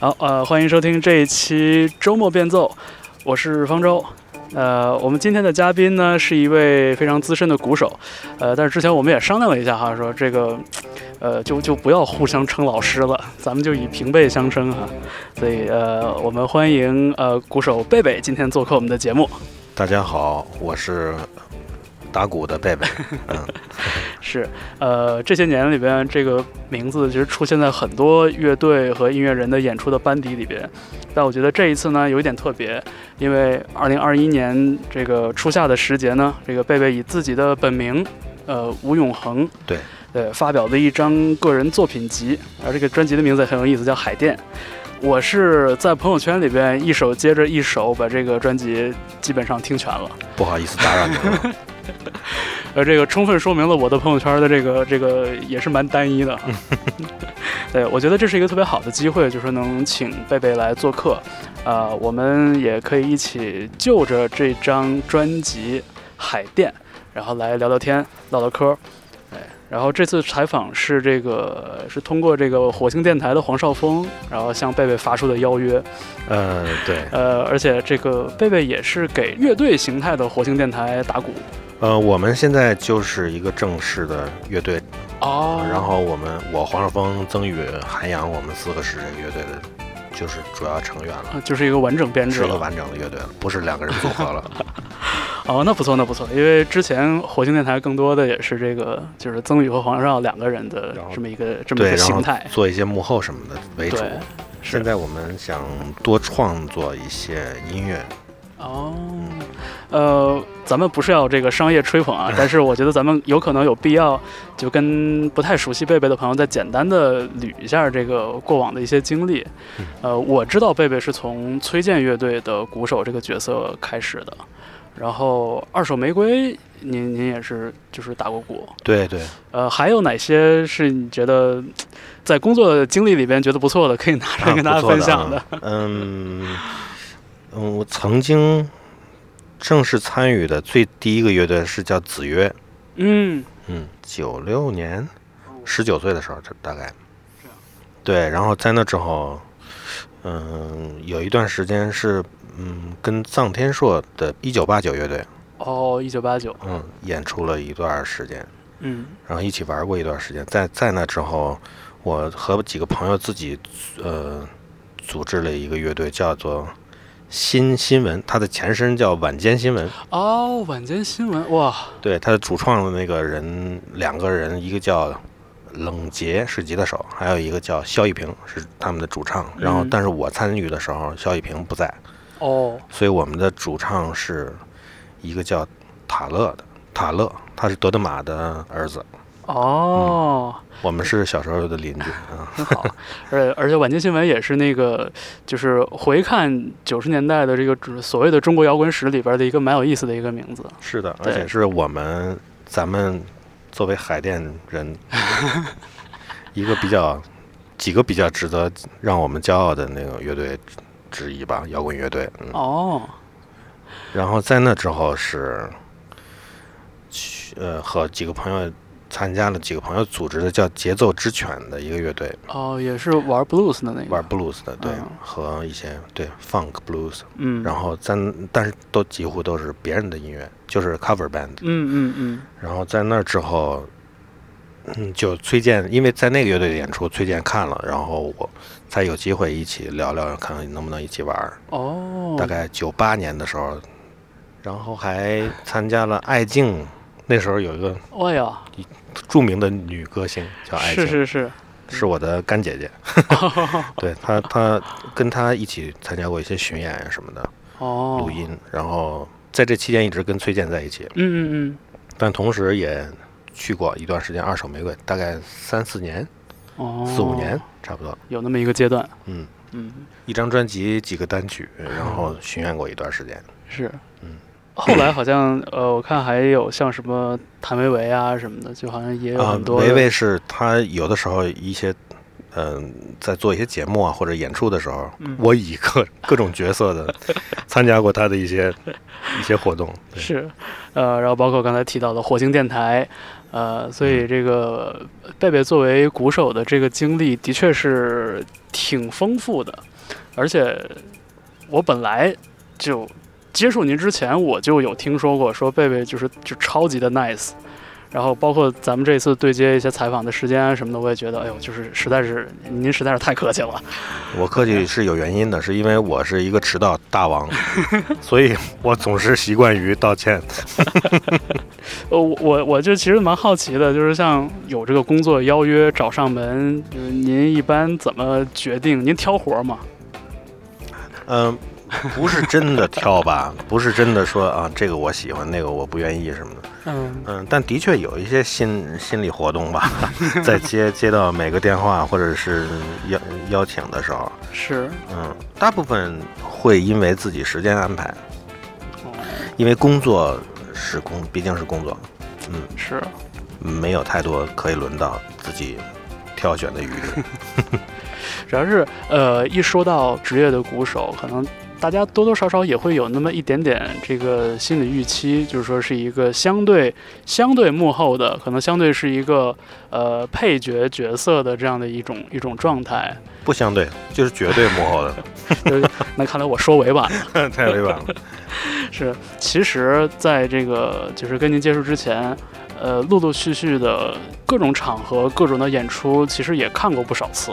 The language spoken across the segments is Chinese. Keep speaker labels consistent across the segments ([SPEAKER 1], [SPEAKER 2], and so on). [SPEAKER 1] 好，呃，欢迎收听这一期周末变奏，我是方舟。呃，我们今天的嘉宾呢是一位非常资深的鼓手，呃，但是之前我们也商量了一下哈，说这个，呃，就就不要互相称老师了，咱们就以平辈相称哈。所以呃，我们欢迎呃鼓手贝贝今天做客我们的节目。
[SPEAKER 2] 大家好，我是打鼓的 贝贝。嗯，
[SPEAKER 1] 是，呃，这些年里边，这个名字其实出现在很多乐队和音乐人的演出的班底里边。但我觉得这一次呢，有一点特别，因为二零二一年这个初夏的时节呢，这个贝贝以自己的本名，呃，吴永恒，
[SPEAKER 2] 对，
[SPEAKER 1] 对，发表的一张个人作品集，而这个专辑的名字也很有意思，叫《海淀》。我是在朋友圈里边一首接着一首把这个专辑基本上听全了。
[SPEAKER 2] 不好意思打扰您 了。
[SPEAKER 1] 呃，这个充分说明了我的朋友圈的这个这个也是蛮单一的哈。 对，我觉得这是一个特别好的机会，就是能请贝贝来做客，啊、我们也可以一起就着这张专辑《海淀》，然后来聊聊天、唠唠嗑。对，然后这次采访是这个是通过这个火星电台的黄少峰，然后向贝贝发出的邀约。
[SPEAKER 2] 嗯，对，
[SPEAKER 1] 呃，而且这个贝贝也是给乐队形态的火星电台打鼓。
[SPEAKER 2] 呃，我们现在就是一个正式的乐队，
[SPEAKER 1] 哦
[SPEAKER 2] 然后我们我黄少峰、曾宇、韩阳，我们四个是这个乐队的，就是主要成员了，
[SPEAKER 1] 啊就是一个完整编制
[SPEAKER 2] 是一个
[SPEAKER 1] 了。
[SPEAKER 2] 完整的乐队了，不是两个人组合 了。
[SPEAKER 1] 哦，那不错，那不错，因为之前火星电台更多的也是这个，就是曾宇和黄少两个人的
[SPEAKER 2] 然后
[SPEAKER 1] 这么一个这么一
[SPEAKER 2] 对，
[SPEAKER 1] 个
[SPEAKER 2] 然
[SPEAKER 1] 形
[SPEAKER 2] 后
[SPEAKER 1] 态。
[SPEAKER 2] 做一些幕后什么的为主
[SPEAKER 1] 对。
[SPEAKER 2] 现在我们想多创作一些音乐，
[SPEAKER 1] 哦，呃，咱们不是要这个商业吹捧 啊，但是我觉得咱们有可能有必要，就跟不太熟悉贝贝的朋友再简单的捋一下这个过往的一些经历。
[SPEAKER 2] 嗯
[SPEAKER 1] 呃，我知道贝贝是从崔健乐队的鼓手这个角色开始的，然后二手玫瑰，您您也是就是打过鼓。
[SPEAKER 2] 对对，
[SPEAKER 1] 呃，还有哪些是你觉得在工作经历里边觉得不错的，可以拿出来跟大家分享的？
[SPEAKER 2] 啊不错的啊嗯嗯，我曾经正式参与的最第一个乐队是叫子曰，
[SPEAKER 1] 嗯，
[SPEAKER 2] 嗯，九六年，十九岁的时候，这大概。对，然后在那之后，嗯，有一段时间是嗯跟臧天朔的1989乐队，
[SPEAKER 1] 哦，一九八九，
[SPEAKER 2] 嗯，演出了一段时间，
[SPEAKER 1] 嗯，
[SPEAKER 2] 然后一起玩过一段时间。在在那之后，我和几个朋友自己呃组织了一个乐队，叫做新新闻，它的前身叫晚间新闻。
[SPEAKER 1] 哦，晚间新闻，哇，
[SPEAKER 2] 对，它的主创的那个人两个人，一个叫冷杰是吉他手，还有一个叫肖一平是他们的主唱。然后
[SPEAKER 1] 嗯，
[SPEAKER 2] 但是我参与的时候，肖一平不在，
[SPEAKER 1] 哦，
[SPEAKER 2] 所以我们的主唱是一个叫塔勒的塔勒，他是德德玛的儿子。
[SPEAKER 1] 哦，
[SPEAKER 2] 我们是小时候的邻居啊。
[SPEAKER 1] 很好。而且而且晚间新闻也是那个，就是回看九十年代的这个指所谓的中国摇滚史里边的一个蛮有意思的一个名字。
[SPEAKER 2] 是的，而
[SPEAKER 1] 对
[SPEAKER 2] 且是我们咱们作为海淀 人，一个比较几个比较值得让我们骄傲的那个乐队之一吧，摇滚乐队。嗯，
[SPEAKER 1] 哦，
[SPEAKER 2] 然后在那之后是去呃和几个朋友参加了几个朋友组织的叫节奏之犬的一个乐队，
[SPEAKER 1] 哦，也是玩 blues 的那个，
[SPEAKER 2] 玩 blues 的，对，
[SPEAKER 1] 嗯
[SPEAKER 2] 和一些对 funk blues，
[SPEAKER 1] 嗯，
[SPEAKER 2] 然后在但是都几乎都是别人的音乐，就是 cover band。
[SPEAKER 1] 嗯嗯嗯，
[SPEAKER 2] 然后在那之后，嗯，就崔健，因为在那个乐队的演出，崔健看了，然后我才有机会一起聊聊，看看能不能一起玩儿。
[SPEAKER 1] 哦，
[SPEAKER 2] 大概九八年的时候，然后还参加了爱敬，那时候有一个
[SPEAKER 1] 哎呀，
[SPEAKER 2] 著名的女歌星叫爱
[SPEAKER 1] 是
[SPEAKER 2] 敬，
[SPEAKER 1] 是是，
[SPEAKER 2] 是我的干 姐姐，对她她跟她一起参加过一些巡演啊什么的
[SPEAKER 1] 哦，
[SPEAKER 2] 录音，然后在这期间一直跟崔健在一起，
[SPEAKER 1] 嗯嗯
[SPEAKER 2] 但同时也去过一段时间二手玫瑰，大概三四年、
[SPEAKER 1] 嗯，哦，
[SPEAKER 2] 四五年差不多，
[SPEAKER 1] 有那么一个阶段，
[SPEAKER 2] 嗯，
[SPEAKER 1] 嗯，
[SPEAKER 2] 一张专辑几个单曲，然后巡演过一段时间，
[SPEAKER 1] 是，
[SPEAKER 2] 嗯。
[SPEAKER 1] 后来好像呃，我看还有像什么谭维维啊什么的，就好像也有
[SPEAKER 2] 啊
[SPEAKER 1] 很，多
[SPEAKER 2] 维维是他有的时候一些嗯、在做一些节目啊或者演出的时候，
[SPEAKER 1] 嗯
[SPEAKER 2] 我以各各种角色 的参加过他的一些一些活动。对
[SPEAKER 1] 是，呃，然后包括刚才提到的火星电台，呃，所以这个贝贝作为鼓手的这个经历的确是挺丰富的，而且我本来就接触您之前，我就有听说过说贝贝就是就超级的 nice。然后包括咱们这次对接一些采访的时间啊什么的，我也觉得，哎呦，就是实在是您实在是太客气了。
[SPEAKER 2] 我客气是有原因的，是因为我是一个迟到大王，所以我总是习惯于道歉。
[SPEAKER 1] 呃，我我我就其实蛮好奇的，就是像有这个工作邀约找上门，就是您一般怎么决定？您挑活儿吗？
[SPEAKER 2] 嗯，不是真的挑吧，不是真的说啊，这个我喜欢，那个我不愿意什么的。
[SPEAKER 1] 嗯
[SPEAKER 2] 嗯，但的确有一些心心理活动吧， 在接接到每个电话或者是邀邀请的时候，
[SPEAKER 1] 是，
[SPEAKER 2] 嗯，大部分会因为自己时间安排，
[SPEAKER 1] 哦
[SPEAKER 2] 因为工作是工，毕竟是工作，
[SPEAKER 1] 是，
[SPEAKER 2] 没有太多可以轮到自己挑选的余地。
[SPEAKER 1] 主要是呃，一说到职业的鼓手，可能大家多多少少也会有那么一点点这个心理预期，就是说是一个相对相对幕后的，可能相对是一个呃配角角色的这样的一种一种状态。
[SPEAKER 2] 不相对，就是绝对幕后的，
[SPEAKER 1] 就是那看来我说委婉了，
[SPEAKER 2] 太委婉了。
[SPEAKER 1] 是其实在这个就是跟您接触之前。呃，陆陆续续的各种场合、各种的演出，其实也看过不少次。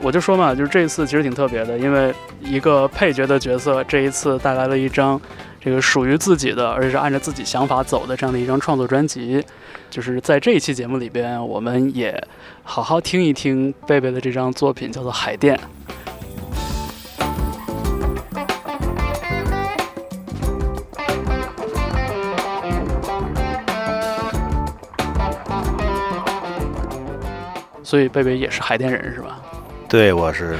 [SPEAKER 1] 我就说嘛，就是这一次其实挺特别的，因为一个配角的角色，这一次带来了一张这个属于自己的，而且是按照自己想法走的这样的一张创作专辑。就是在这一期节目里边，我们也好好听一听贝贝的这张作品，叫做《海淀》。所以贝贝也是海淀人是吧？
[SPEAKER 2] 对，我是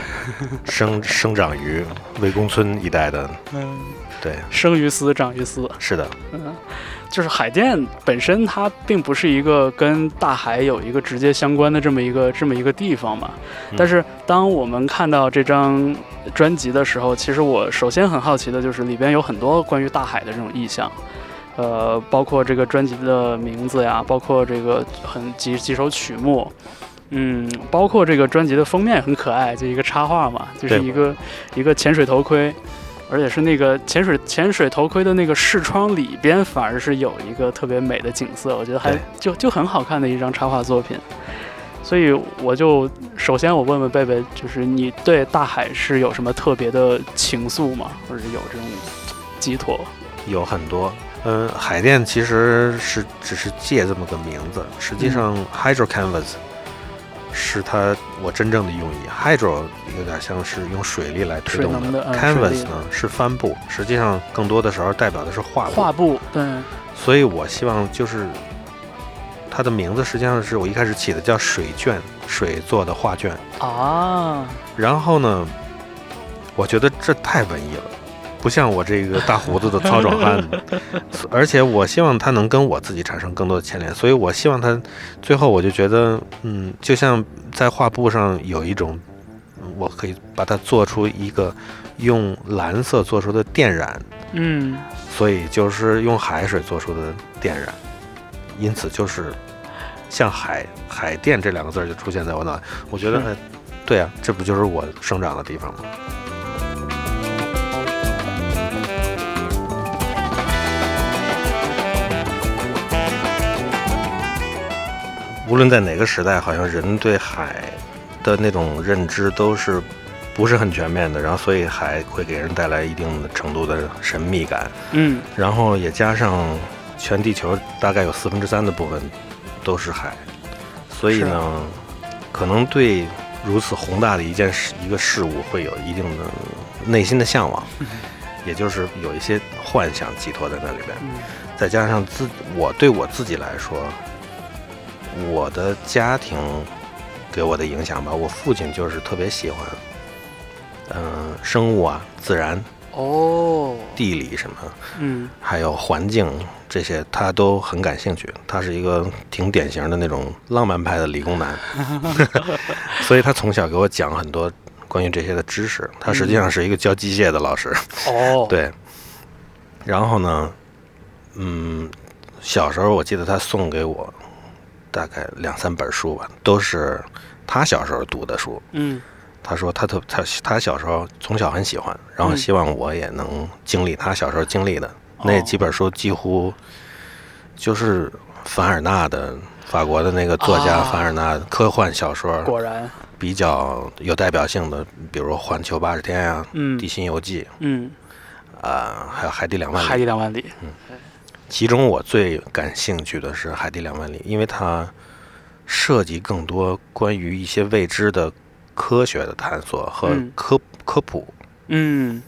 [SPEAKER 2] 生生长于魏公村一带的，
[SPEAKER 1] 嗯，
[SPEAKER 2] 对，
[SPEAKER 1] 生于斯，长于斯。
[SPEAKER 2] 是的，
[SPEAKER 1] 嗯， 就是海淀本身它并不是一个跟大海有一个直接相关的这么一个这么一个地方嘛。
[SPEAKER 2] 嗯
[SPEAKER 1] 但是当我们看到这张专辑的时候，其实我首先很好奇的就是里边有很多关于大海的这种意象。呃，包括这个专辑的名字呀，包括这个很几几首曲目，嗯，包括这个专辑的封面很可爱，就一个插画嘛，就是
[SPEAKER 2] 对
[SPEAKER 1] 一个一个潜水头盔，而且是那个潜水潜水头盔的那个视窗里边，反而是有一个特别美的景色，我觉得还
[SPEAKER 2] 对
[SPEAKER 1] 就就很好看的一张插画作品。所以我就首先我问问贝贝，就是你对大海是有什么特别的情愫吗？或者有这种寄托？
[SPEAKER 2] 有很多。嗯，海淀其实是只是借这么个名字，实
[SPEAKER 1] 嗯
[SPEAKER 2] 际上 Hydro Canvas 是它我真正的用意。Hydro 有点像是用水力来推
[SPEAKER 1] 水
[SPEAKER 2] 动
[SPEAKER 1] 能的嗯
[SPEAKER 2] c a n v a
[SPEAKER 1] 水
[SPEAKER 2] s
[SPEAKER 1] 力
[SPEAKER 2] 呢是帆布，实际上更多的时候代表的是画布。
[SPEAKER 1] 画布，对，
[SPEAKER 2] 所以我希望就是它的名字实际上是我一开始起的叫水卷，水做的画卷。
[SPEAKER 1] 啊，
[SPEAKER 2] 然后呢，我觉得这太文艺了，不像我这个大胡子的糙壮汉。而且我希望它能跟我自己产生更多的牵连，所以我希望它最后我就觉得，嗯，就像在画布上有一种，嗯我可以把它做出一个用蓝色做出的电染，
[SPEAKER 1] 嗯，
[SPEAKER 2] 所以就是用海水做出的电染，因此就是像海海淀这两个字儿就出现在我脑袋。我觉得，
[SPEAKER 1] 是
[SPEAKER 2] 呃对啊，这不就是我生长的地方吗？无论在哪个时代，好像人对海的那种认知都是不是很全面的，然后所以海会给人带来一定的程度的神秘感。
[SPEAKER 1] 嗯，
[SPEAKER 2] 然后也加上全地球大概有四分之三的部分都是海，所以
[SPEAKER 1] 是
[SPEAKER 2] 呢，可能对如此宏大的一件事、一个事物会有一定的内心的向往，也就是有一些幻想寄托在那里边。
[SPEAKER 1] 嗯
[SPEAKER 2] 再加上自我对我自己来说，我的家庭给我的呃影响吧，我父亲就是特别喜欢，嗯、生物啊、自然
[SPEAKER 1] 哦，
[SPEAKER 2] 地理什么，
[SPEAKER 1] 嗯
[SPEAKER 2] 还有环境这些，他都很感兴趣。他是一个挺典型的那种浪漫派的理工男，所以他从小给我讲很多关于这些的知识。他实际上是一个教机械的老师，
[SPEAKER 1] 哦，
[SPEAKER 2] 对。然后呢，嗯，小时候我记得他送给我大概两三本书吧，都是他小时候读的书。
[SPEAKER 1] 嗯
[SPEAKER 2] 他说他特他他小时候从小很喜欢，然后
[SPEAKER 1] 嗯
[SPEAKER 2] 希望我也能经历他小时候经历的、
[SPEAKER 1] 哦
[SPEAKER 2] 那几本书，几乎就是凡尔纳的法国的那个作家
[SPEAKER 1] 啊
[SPEAKER 2] 凡尔纳科幻小说
[SPEAKER 1] 果然，
[SPEAKER 2] 比较有代表性的，比如《环球八十天》呀、
[SPEAKER 1] 嗯
[SPEAKER 2] 地心游记》
[SPEAKER 1] 嗯，
[SPEAKER 2] 啊、还有《海底两万里》
[SPEAKER 1] 海底两万里，
[SPEAKER 2] 其中我最感兴趣的是《海底两万里》，因为它涉及更多关于一些未知的科学的探索和
[SPEAKER 1] 嗯
[SPEAKER 2] 科、科普，
[SPEAKER 1] 嗯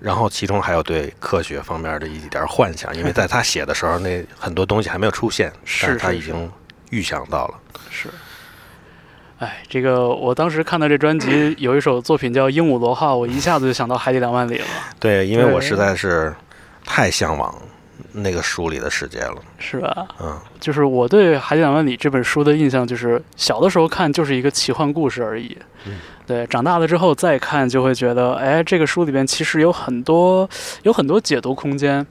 [SPEAKER 2] 然后其中还有对科学方面的一点幻想，因为在他写的时候， 那很多东西还没有出现，
[SPEAKER 1] 是
[SPEAKER 2] 但是他
[SPEAKER 1] 是
[SPEAKER 2] 已经预想到了。
[SPEAKER 1] 是。哎，这个我当时看到这专辑有一首作品叫《鹦鹉螺号》，我一下子就想到《海底两万里》了，
[SPEAKER 2] 对，因为我
[SPEAKER 1] 对
[SPEAKER 2] 实在是太向往那个书里的世界了。
[SPEAKER 1] 是吧？
[SPEAKER 2] 嗯，
[SPEAKER 1] 就是我对《海底两万里》这本书的印象，就是小的时候看就是一个奇幻故事而已。
[SPEAKER 2] 嗯
[SPEAKER 1] 对，长大了之后再看，就会觉得，哎，这个书里边其实有很多有很多解读空间。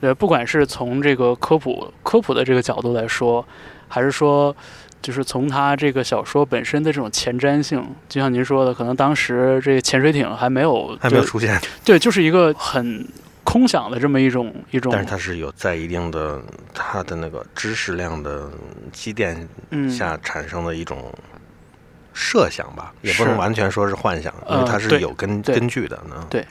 [SPEAKER 1] 对，不管是从这个科普科普的这个角度来说，还是说，就是从它这个小说本身的这种前瞻性，就像您说的，可能当时这个潜水艇还没有
[SPEAKER 2] 还没有
[SPEAKER 1] 就
[SPEAKER 2] 出现，
[SPEAKER 1] 对，就是一个很空想的这么一种一种，
[SPEAKER 2] 但是他是有在一定的他的那个知识量的积淀
[SPEAKER 1] 嗯
[SPEAKER 2] 下产生的一种设想吧，也不
[SPEAKER 1] 是
[SPEAKER 2] 能完全说是嗯幻想，因为
[SPEAKER 1] 呃
[SPEAKER 2] 它是
[SPEAKER 1] 对
[SPEAKER 2] 有根
[SPEAKER 1] 对
[SPEAKER 2] 根据的。嗯
[SPEAKER 1] 对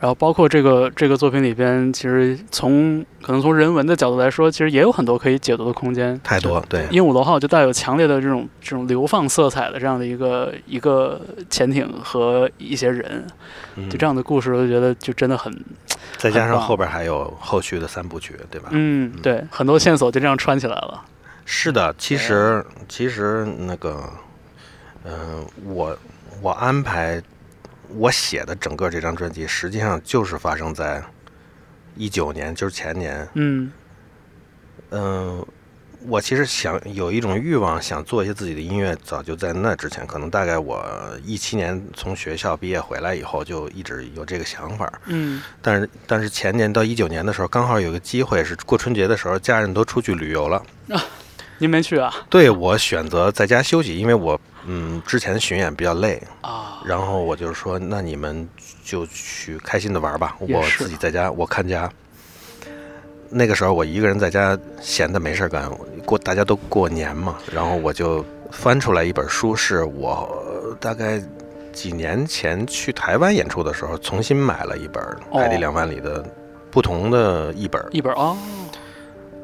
[SPEAKER 1] 然后包括这个这个作品里边，其实从可能从人文的角度来说，其实也有很多可以解读的空间。
[SPEAKER 2] 太多对
[SPEAKER 1] 就鹦鹉螺号就带有强烈的这种这种流放色彩的这样的一个一个潜艇和一些人，
[SPEAKER 2] 嗯啊
[SPEAKER 1] 就这样的故事，我就觉得就真的很，
[SPEAKER 2] 再加
[SPEAKER 1] 很
[SPEAKER 2] 上
[SPEAKER 1] 棒
[SPEAKER 2] 后边还有后续的三部曲，对吧？
[SPEAKER 1] 嗯，对，很多线索就这样串起来了。
[SPEAKER 2] 是的，其实其实那个，嗯，我我安排我写的整个这张专辑，实际上就是发生在一九年，就是前年。
[SPEAKER 1] 嗯
[SPEAKER 2] 嗯，我其实想有一种欲望，想做一些自己的音乐，早就在那之前，可能大概我一七年从学校毕业回来以后，就一直有这个想法。
[SPEAKER 1] 嗯
[SPEAKER 2] 但是但是前年到一九年的时候，刚好有个机会是过春节的时候，家人都出去旅游了。
[SPEAKER 1] 您没去啊？
[SPEAKER 2] 对我选择在家休息，因为我嗯之前巡演比较累，
[SPEAKER 1] 啊，
[SPEAKER 2] 然后我就说那你们就去开心的玩吧，
[SPEAKER 1] 也
[SPEAKER 2] 我
[SPEAKER 1] 是
[SPEAKER 2] 自己在家我看家。那个时候我一个人在家闲的没事儿干，过大家都过年嘛，然后我就翻出来一本书，是我呃大概几年前去台湾演出的时候重新买了一本《
[SPEAKER 1] 哦
[SPEAKER 2] 海底两万里》的不同的译本，
[SPEAKER 1] 一本哦，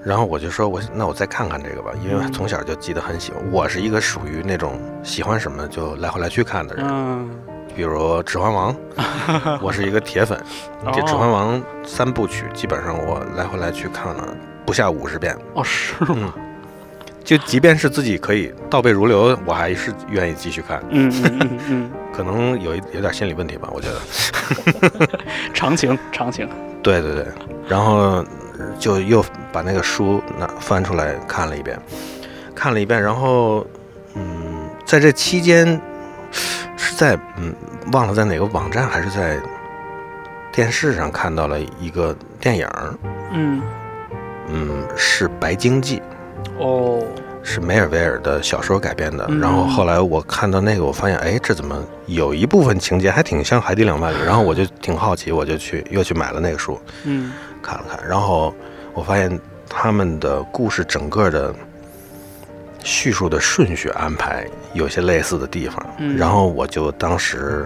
[SPEAKER 2] 然后我就说我那我再看看这个吧，因为
[SPEAKER 1] 嗯
[SPEAKER 2] 从小就记得很喜欢。我是一个属于那种喜欢什么就来回来去看的人，
[SPEAKER 1] 嗯
[SPEAKER 2] 比如《指环王》， 我是一个铁粉。
[SPEAKER 1] 哦
[SPEAKER 2] 这《指环王》三部曲基本上我来回来去看了不下五十遍，
[SPEAKER 1] 哦是吗？
[SPEAKER 2] 就即便是自己可以倒背如流，我还是愿意继续看。
[SPEAKER 1] 嗯嗯嗯嗯
[SPEAKER 2] 可能有一有点心理问题吧，我觉得。
[SPEAKER 1] 嗯，长情长情，
[SPEAKER 2] 对对对，然后就又把那个书拿翻出来看了一遍，看了一遍，然后嗯，在这期间是在嗯忘了在哪个网站还是在电视上看到了一个电影儿，
[SPEAKER 1] 嗯
[SPEAKER 2] 嗯，是《白鲸记
[SPEAKER 1] 哦，》，
[SPEAKER 2] 是梅尔维尔的小说改编的。
[SPEAKER 1] 嗯
[SPEAKER 2] 然后后来我看到那个，我发现哎，这怎么有一部分情节还挺像《海底两万里》，然后我就挺好奇，我就去又去买了那个书。
[SPEAKER 1] 嗯
[SPEAKER 2] 看了看，然后我发现他们的故事整个的叙述的顺序安排有些类似的地方，
[SPEAKER 1] 嗯
[SPEAKER 2] 然后我就当时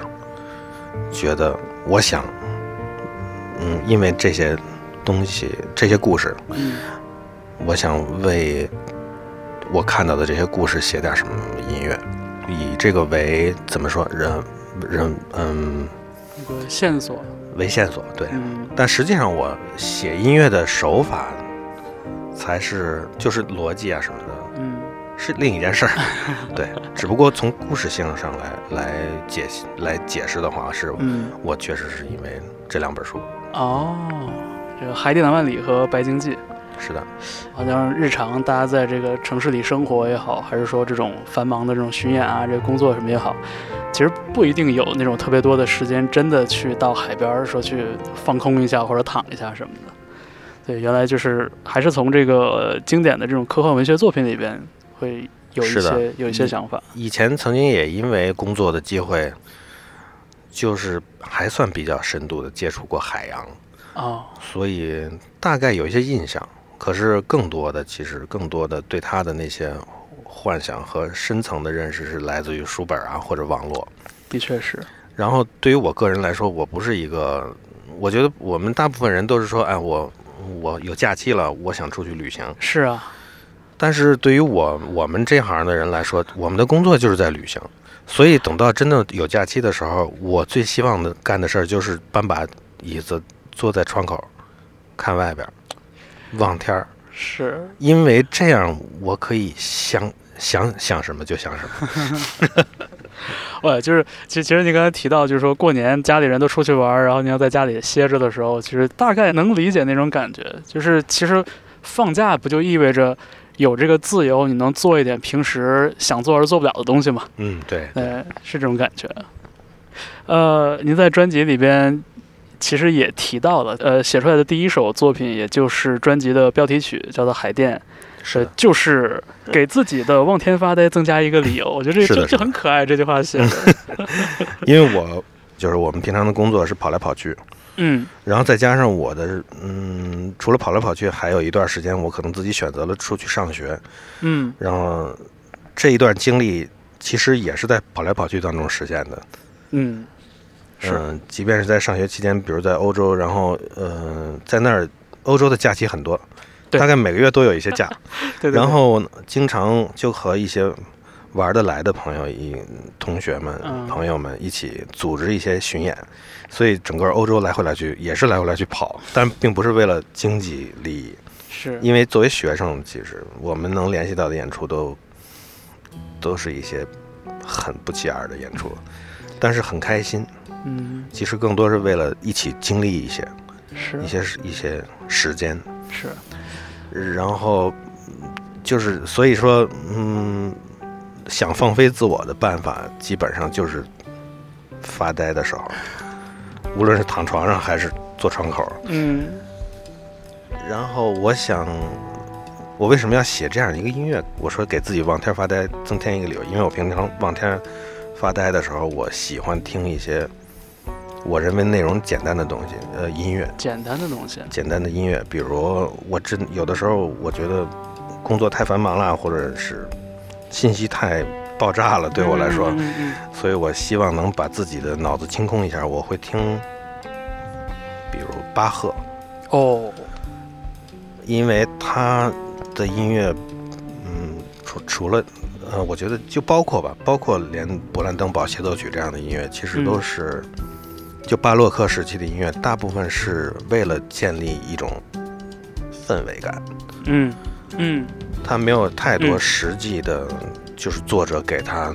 [SPEAKER 2] 觉得，我想，嗯，因为这些东西、这些故事，
[SPEAKER 1] 嗯
[SPEAKER 2] 我想为我看到的这些故事写点什么音乐，以这个为怎么说人人嗯
[SPEAKER 1] 那个线索，
[SPEAKER 2] 为线索，对，
[SPEAKER 1] 嗯
[SPEAKER 2] 但实际上，我写音乐的手法才是就是逻辑啊什么的，
[SPEAKER 1] 嗯。
[SPEAKER 2] 是另一件事儿。对，只不过从故事性上来来解析来解释的话，是
[SPEAKER 1] 嗯，
[SPEAKER 2] 我确实是因为这两本书。
[SPEAKER 1] 哦，这个《海底两万里》和《白鲸记》。
[SPEAKER 2] 是的，
[SPEAKER 1] 好像日常大家在这个城市里生活也好，还是说这种繁忙的这种巡演啊，这个工作什么也好，其实不一定有那种特别多的时间，真的去到海边儿说去放空一下或者躺一下什么的。对，原来就是还是从这个经典的这种科幻文学作品里边会有一
[SPEAKER 2] 是的
[SPEAKER 1] 些有一些
[SPEAKER 2] 嗯
[SPEAKER 1] 想法。
[SPEAKER 2] 以前曾经也因为工作的机会，就是还算比较深度的接触过海洋，
[SPEAKER 1] 哦，
[SPEAKER 2] 所以大概有一些印象。可是更多的，其实更多的对他的那些幻想和深层的认识是来自于书本啊或者网络。
[SPEAKER 1] 的确是，
[SPEAKER 2] 然后对于我个人来说，我不是一个，我觉得我们大部分人都是说，哎，我我有假期了，我想出去旅行。
[SPEAKER 1] 是啊，
[SPEAKER 2] 但是对于我我们这行的人来说，我们的工作就是在旅行，所以等到真的有假期的时候，我最希望的干的事儿就是搬把椅子坐在窗口，看外边儿，望天儿，
[SPEAKER 1] 是
[SPEAKER 2] 因为这样我可以想想想什么就想什么。
[SPEAKER 1] 哇，就是其实其实你刚才提到，就是说过年家里人都出去玩儿，然后你要在家里歇着的时候，其实大概能理解那种感觉。就是其实放假不就意味着有这个自由，你能做一点平时想做而做不了的东西嘛？
[SPEAKER 2] 嗯，对，
[SPEAKER 1] 呃，是这种感觉。呃，您在专辑里边其实也提到了，呃，写出来的第一首作品，也就是专辑的标题曲，叫做《海淀》。
[SPEAKER 2] 是
[SPEAKER 1] 呃，就是给自己的望天发呆增加一个理由，我觉得这
[SPEAKER 2] 是的
[SPEAKER 1] 这
[SPEAKER 2] 是
[SPEAKER 1] 这
[SPEAKER 2] 的
[SPEAKER 1] 很可爱，这句话 写的，
[SPEAKER 2] 因为我就是我们平常的工作是跑来跑去，
[SPEAKER 1] 嗯，
[SPEAKER 2] 然后再加上我的嗯，除了跑来跑去，还有一段时间我可能自己选择了出去上学，
[SPEAKER 1] 嗯，
[SPEAKER 2] 然后这一段经历其实也是在跑来跑去当中实现的。
[SPEAKER 1] 嗯，是，
[SPEAKER 2] 嗯，即便是在上学期间，比如在欧洲，然后呃，在那儿欧洲的假期很多，
[SPEAKER 1] 对
[SPEAKER 2] 大概每个月都有一些假，
[SPEAKER 1] 对对对。
[SPEAKER 2] 然后经常就和一些玩得来的朋友、一同学们、
[SPEAKER 1] 嗯
[SPEAKER 2] 朋友们一起组织一些巡演，所以整个欧洲来回来去也是来回来去跑，但并不是为了经济利益，
[SPEAKER 1] 是，
[SPEAKER 2] 因为作为学生，其实我们能联系到的演出都都是一些很不起眼儿的演出，但是很开心。
[SPEAKER 1] 嗯，
[SPEAKER 2] 其实更多是为了一起经历一些
[SPEAKER 1] 是
[SPEAKER 2] 一些时一些时间，
[SPEAKER 1] 是，
[SPEAKER 2] 然后嗯就是所以说，嗯，想放飞自我的办法基本上就是发呆的时候，无论是躺床上还是坐窗口，
[SPEAKER 1] 嗯
[SPEAKER 2] 然后我想，我为什么要写这样一个音乐？我说给自己望天发呆增添一个理由，因为我平常望天发呆的时候，我喜欢听一些我认为内容简单的东西，呃，音乐，
[SPEAKER 1] 简单的东西，
[SPEAKER 2] 简单的音乐，比如我真有的时候我觉得工作太繁忙了，或者是信息太爆炸了，对我来说，
[SPEAKER 1] 嗯嗯
[SPEAKER 2] 所以我希望能把自己的脑子清空一下，我会听，比如巴赫，
[SPEAKER 1] 嗯哦，
[SPEAKER 2] 因为他的音乐，嗯，除除了，呃，我觉得就包括吧，包括连《勃兰登堡协奏曲》这样的音乐，其实都
[SPEAKER 1] 嗯
[SPEAKER 2] 是、就巴洛克时期的音乐，大部分是为了建立一种氛围感，
[SPEAKER 1] 嗯嗯，
[SPEAKER 2] 它没有太多
[SPEAKER 1] 嗯
[SPEAKER 2] 实际的，就是作者给他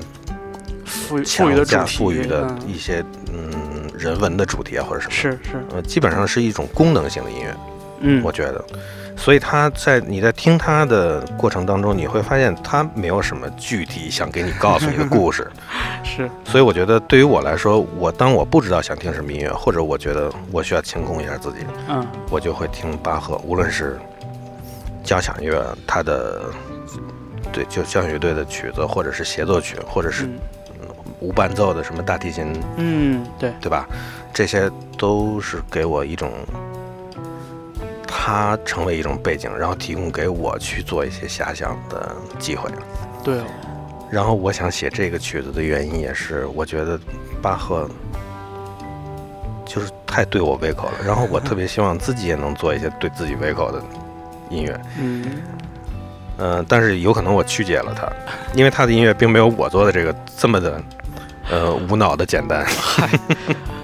[SPEAKER 1] 赋予赋予
[SPEAKER 2] 强
[SPEAKER 1] 的主
[SPEAKER 2] 加
[SPEAKER 1] 题，
[SPEAKER 2] 赋予的
[SPEAKER 1] 嗯
[SPEAKER 2] 一些嗯人文的主题啊，或者什么，
[SPEAKER 1] 是是，
[SPEAKER 2] 呃，基本上是一种功能性的音乐。
[SPEAKER 1] 嗯
[SPEAKER 2] 我觉得。所以他在你在听他的过程当中，你会发现他没有什么具体想给你告诉你的 故事。
[SPEAKER 1] 是，
[SPEAKER 2] 所以我觉得对于我来说，我当我不知道想听什么音乐，或者我觉得我需要清空一下自己，
[SPEAKER 1] 嗯
[SPEAKER 2] 我就会听巴赫，无论是交响乐他的对就交响乐队的曲子，或者是协奏曲，或者是
[SPEAKER 1] 嗯
[SPEAKER 2] 无伴奏的什么大提琴，
[SPEAKER 1] 嗯，对，
[SPEAKER 2] 对吧？这些都是给我一种，它成为一种背景，然后提供给我去做一些遐想的机会。
[SPEAKER 1] 对哦，
[SPEAKER 2] 然后我想写这个曲子的原因也是，我觉得巴赫就是太对我胃口了。然后我特别希望自己也能做一些对自己胃口的音乐，
[SPEAKER 1] 嗯
[SPEAKER 2] 嗯、但是有可能我曲解了它，因为他的音乐并没有我做的这个这么的，呃，无脑的简单。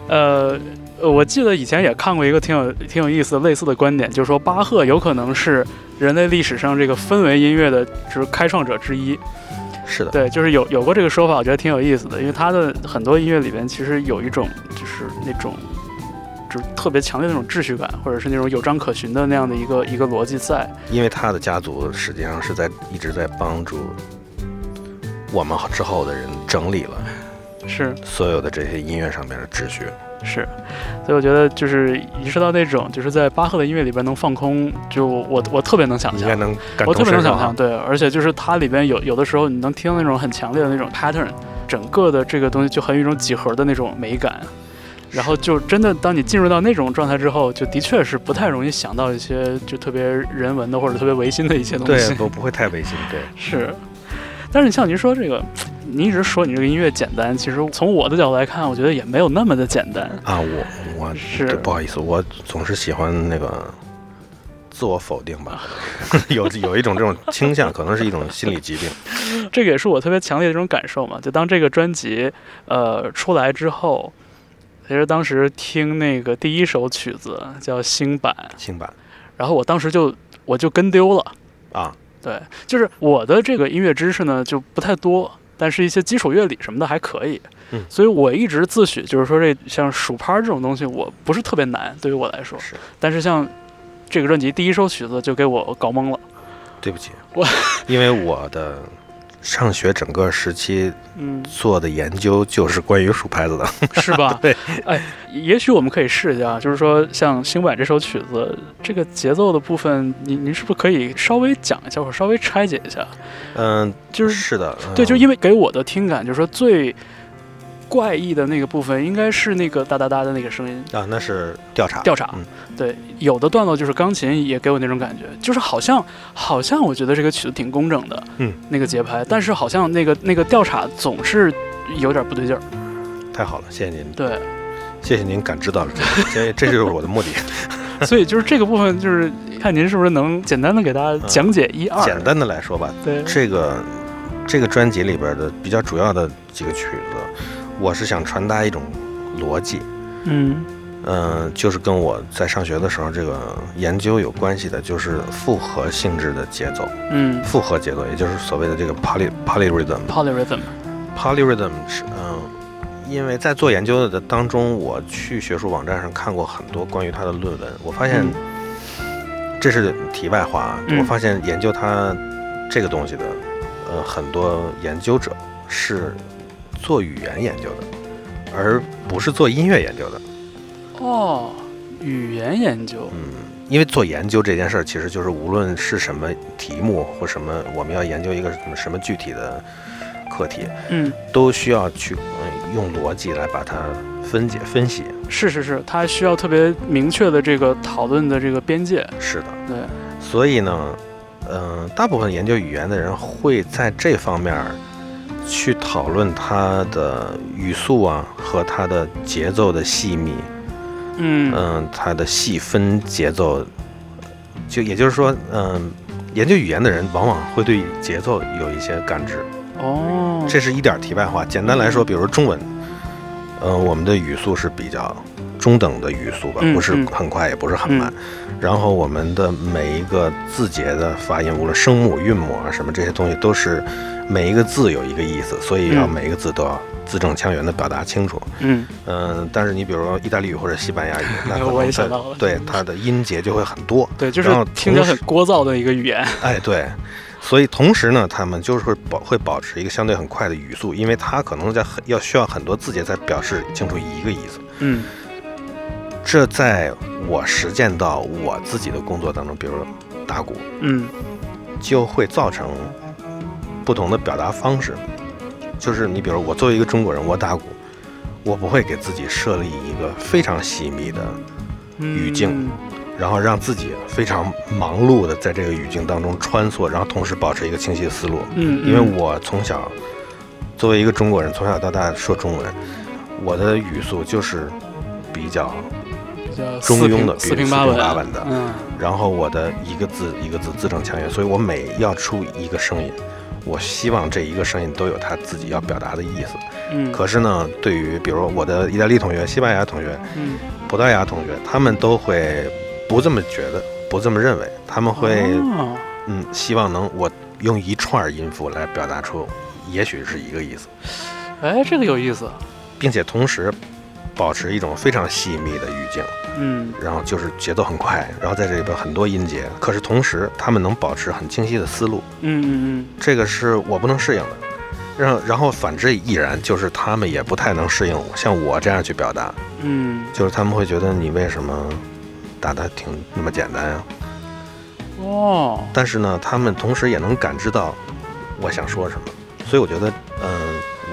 [SPEAKER 1] 呃，呃，我记得以前也看过一个挺有挺有意思的类似的观点，就是说巴赫有可能是人类历史上这个氛围音乐的就是开创者之一。
[SPEAKER 2] 是的，
[SPEAKER 1] 对，就是有有过这个说法，我觉得挺有意思的，因为他的很多音乐里边其实有一种就是那种就是特别强烈的那种秩序感，或者是那种有章可循的那样的一个一个逻辑在。
[SPEAKER 2] 因为他的家族实际上是在一直在帮助我们之后的人整理了
[SPEAKER 1] 是
[SPEAKER 2] 所有的这些音乐上面的秩序。
[SPEAKER 1] 是，所以我觉得就是意识到那种就是在巴赫的音乐里边能放空，就我我特别能想
[SPEAKER 2] 你应
[SPEAKER 1] 象
[SPEAKER 2] 该。能感
[SPEAKER 1] 我特
[SPEAKER 2] 同
[SPEAKER 1] 别能
[SPEAKER 2] 身受
[SPEAKER 1] 想
[SPEAKER 2] 啊
[SPEAKER 1] 象，。对，而且就是它里边有有的时候你能听到那种很强烈的那种 pattern，整个的这个东西就很有一种几何的那种美感。然后就真的，当你进入到那种状态之后，就的确是不太容易想到一些就特别人文的或者特别违心的一些东
[SPEAKER 2] 对，
[SPEAKER 1] 西。
[SPEAKER 2] 不不会太违心。对，
[SPEAKER 1] 是，但是你像您说这个，你一直说你这个音乐简单，其实从我的角度来看，我觉得也没有那么的简单。
[SPEAKER 2] 啊，我我
[SPEAKER 1] 是
[SPEAKER 2] 对不好意思，我总是喜欢那个自我否定吧， 有有一种这种倾向，可能是一种心理疾病。
[SPEAKER 1] 这个也是我特别强烈的一种感受嘛。就当这个专辑呃出来之后，其实当时听那个第一首曲子叫《新版
[SPEAKER 2] 新版》，
[SPEAKER 1] 然后我当时就我就跟丢了。
[SPEAKER 2] 啊，
[SPEAKER 1] 对，就是我的这个音乐知识呢就不太多，但是一些基础乐理什么的还可以。
[SPEAKER 2] 嗯
[SPEAKER 1] 所以我一直自诩就是说这像数拍这种东西，我不是特别难对于我来说，
[SPEAKER 2] 是
[SPEAKER 1] 但是像这个专辑第一首曲子就给我搞懵了。
[SPEAKER 2] 对不起，
[SPEAKER 1] 我
[SPEAKER 2] 因为我的上学整个时期
[SPEAKER 1] 嗯，
[SPEAKER 2] 做的研究就是关于数拍子的。
[SPEAKER 1] 是吧？
[SPEAKER 2] 对，
[SPEAKER 1] 哎，也许我们可以试一下，就是说像《星版》这首曲子，这个节奏的部分，您您是不是可以稍微讲一下，或者稍微拆解一下？
[SPEAKER 2] 嗯，
[SPEAKER 1] 就是
[SPEAKER 2] 是的，嗯
[SPEAKER 1] 对，就因为给我的听感，就是说最怪异的那个部分，应该是那个哒哒哒的那个声音。
[SPEAKER 2] 啊，那是调查
[SPEAKER 1] 调查
[SPEAKER 2] 嗯，
[SPEAKER 1] 对，有的段落就是钢琴也给我那种感觉，就是好像好像我觉得这个曲子挺工整的，
[SPEAKER 2] 嗯，
[SPEAKER 1] 那个节拍，但是好像那个那个调查总是有点不对劲儿。
[SPEAKER 2] 太好了，谢谢您，
[SPEAKER 1] 对，
[SPEAKER 2] 谢谢您感知到了这个，这这就是我 的目的，
[SPEAKER 1] 所以就是这个部分，就是看您是不是能简单的给大家讲解一二。
[SPEAKER 2] 嗯简单的来说吧，
[SPEAKER 1] 对，
[SPEAKER 2] 这个这个专辑里边的比较主要的几个曲子，我是想传达一种逻辑，
[SPEAKER 1] 嗯
[SPEAKER 2] 嗯、就是跟我在上学的时候这个研究有关系的，就是复合性质的节奏，
[SPEAKER 1] 嗯
[SPEAKER 2] 复合节奏，也就是所谓的这个 poly polyrhythm。
[SPEAKER 1] ，polyrhythm，
[SPEAKER 2] polyrhythm 是嗯、因为在做研究的当中，我去学术网站上看过很多关于它的论文，我发现
[SPEAKER 1] 嗯
[SPEAKER 2] 这是题外话啊，
[SPEAKER 1] 嗯
[SPEAKER 2] 我发现研究它这个东西的，呃，很多研究者是做语言研究的，而不是做音乐研究的。
[SPEAKER 1] 哦，语言研究，
[SPEAKER 2] 嗯，因为做研究这件事儿，其实就是无论是什么题目或什么，我们要研究一个什么什么具体的课题，
[SPEAKER 1] 嗯，
[SPEAKER 2] 都需要去嗯用逻辑来把它分解分析。
[SPEAKER 1] 嗯是是是，它需要特别明确的这个讨论的这个边界，
[SPEAKER 2] 是的，
[SPEAKER 1] 对，
[SPEAKER 2] 所以呢，嗯、大部分研究语言的人会在这方面儿去讨论它的语速啊和它的节奏的细密，
[SPEAKER 1] 嗯
[SPEAKER 2] 嗯、它的细分节奏，就也就是说，嗯、研究语言的人往往会对节奏有一些感知，
[SPEAKER 1] 哦，
[SPEAKER 2] 这是一点儿题外话。简单来说，比如中文，呃，我们的语速是比较中等的语速吧，
[SPEAKER 1] 嗯
[SPEAKER 2] 不是
[SPEAKER 1] 嗯
[SPEAKER 2] 很快，也不是很慢。然后我们的每一个字节的发音，无论声母、韵母啊什么这些东西，都是每一个字有一个意思，所以要
[SPEAKER 1] 嗯
[SPEAKER 2] 每一个字都要字正腔圆的表达清楚。
[SPEAKER 1] 嗯，
[SPEAKER 2] 嗯、但是你比如说意大利语或者西班牙语，那可
[SPEAKER 1] 我也
[SPEAKER 2] 能
[SPEAKER 1] 想
[SPEAKER 2] 它
[SPEAKER 1] 到了
[SPEAKER 2] 对它的音节就会很多。
[SPEAKER 1] 对，就是
[SPEAKER 2] 然后
[SPEAKER 1] 听起来
[SPEAKER 2] 同
[SPEAKER 1] 很
[SPEAKER 2] 时
[SPEAKER 1] 聒噪的一个语言，
[SPEAKER 2] 哎，对，所以同时呢，他们就是会保会保持一个相对很快的语速，因为它可能在很要需要很多字节才表示清楚一个意思。
[SPEAKER 1] 嗯
[SPEAKER 2] 这在我实践到我自己的工作当中，比如说打鼓，
[SPEAKER 1] 嗯，
[SPEAKER 2] 就会造成不同的表达方式。就是你比如我作为一个中国人，我打鼓，我不会给自己设立一个非常细密的，
[SPEAKER 1] 嗯
[SPEAKER 2] 语境，然后让自己非常忙碌的在这个语境当中穿梭，然后同时保持一个清晰的思路。
[SPEAKER 1] 嗯，嗯
[SPEAKER 2] 因为我从小作为一个中国人，从小到大说中文，我的语速就是比较，
[SPEAKER 1] 比较
[SPEAKER 2] 中
[SPEAKER 1] 四
[SPEAKER 2] 庸
[SPEAKER 1] 平
[SPEAKER 2] 的
[SPEAKER 1] 四
[SPEAKER 2] 比
[SPEAKER 1] 平
[SPEAKER 2] 四
[SPEAKER 1] 八
[SPEAKER 2] 平
[SPEAKER 1] 稳，
[SPEAKER 2] 八稳的
[SPEAKER 1] 嗯
[SPEAKER 2] 然后我的一个字一个字字正腔圆，所以我每要出一个声音，我希望这一个声音都有他自己要表达的意思。
[SPEAKER 1] 嗯，
[SPEAKER 2] 可是呢，对于比如我的意大利同学、西班牙同学、
[SPEAKER 1] 嗯
[SPEAKER 2] 葡萄牙同学，他们都会不这么觉得，不这么认为，他们会、
[SPEAKER 1] 哦
[SPEAKER 2] 嗯，希望能我用一串音符来表达出，也许是一个意思，
[SPEAKER 1] 哎，这个有意思。
[SPEAKER 2] 并且同时保持一种非常细密的语境。
[SPEAKER 1] 嗯
[SPEAKER 2] 然后就是节奏很快，然后在这里边很多音节，可是同时他们能保持很清晰的思路，
[SPEAKER 1] 嗯嗯
[SPEAKER 2] 这个是我不能适应的。然后然后反之亦然，就是他们也不太能适应我像我这样去表达，
[SPEAKER 1] 嗯嗯，
[SPEAKER 2] 就是他们会觉得你为什么打的挺那么简单呀、啊
[SPEAKER 1] 哦，
[SPEAKER 2] 但是呢，他们同时也能感知到我想说什么，所以我觉得，嗯、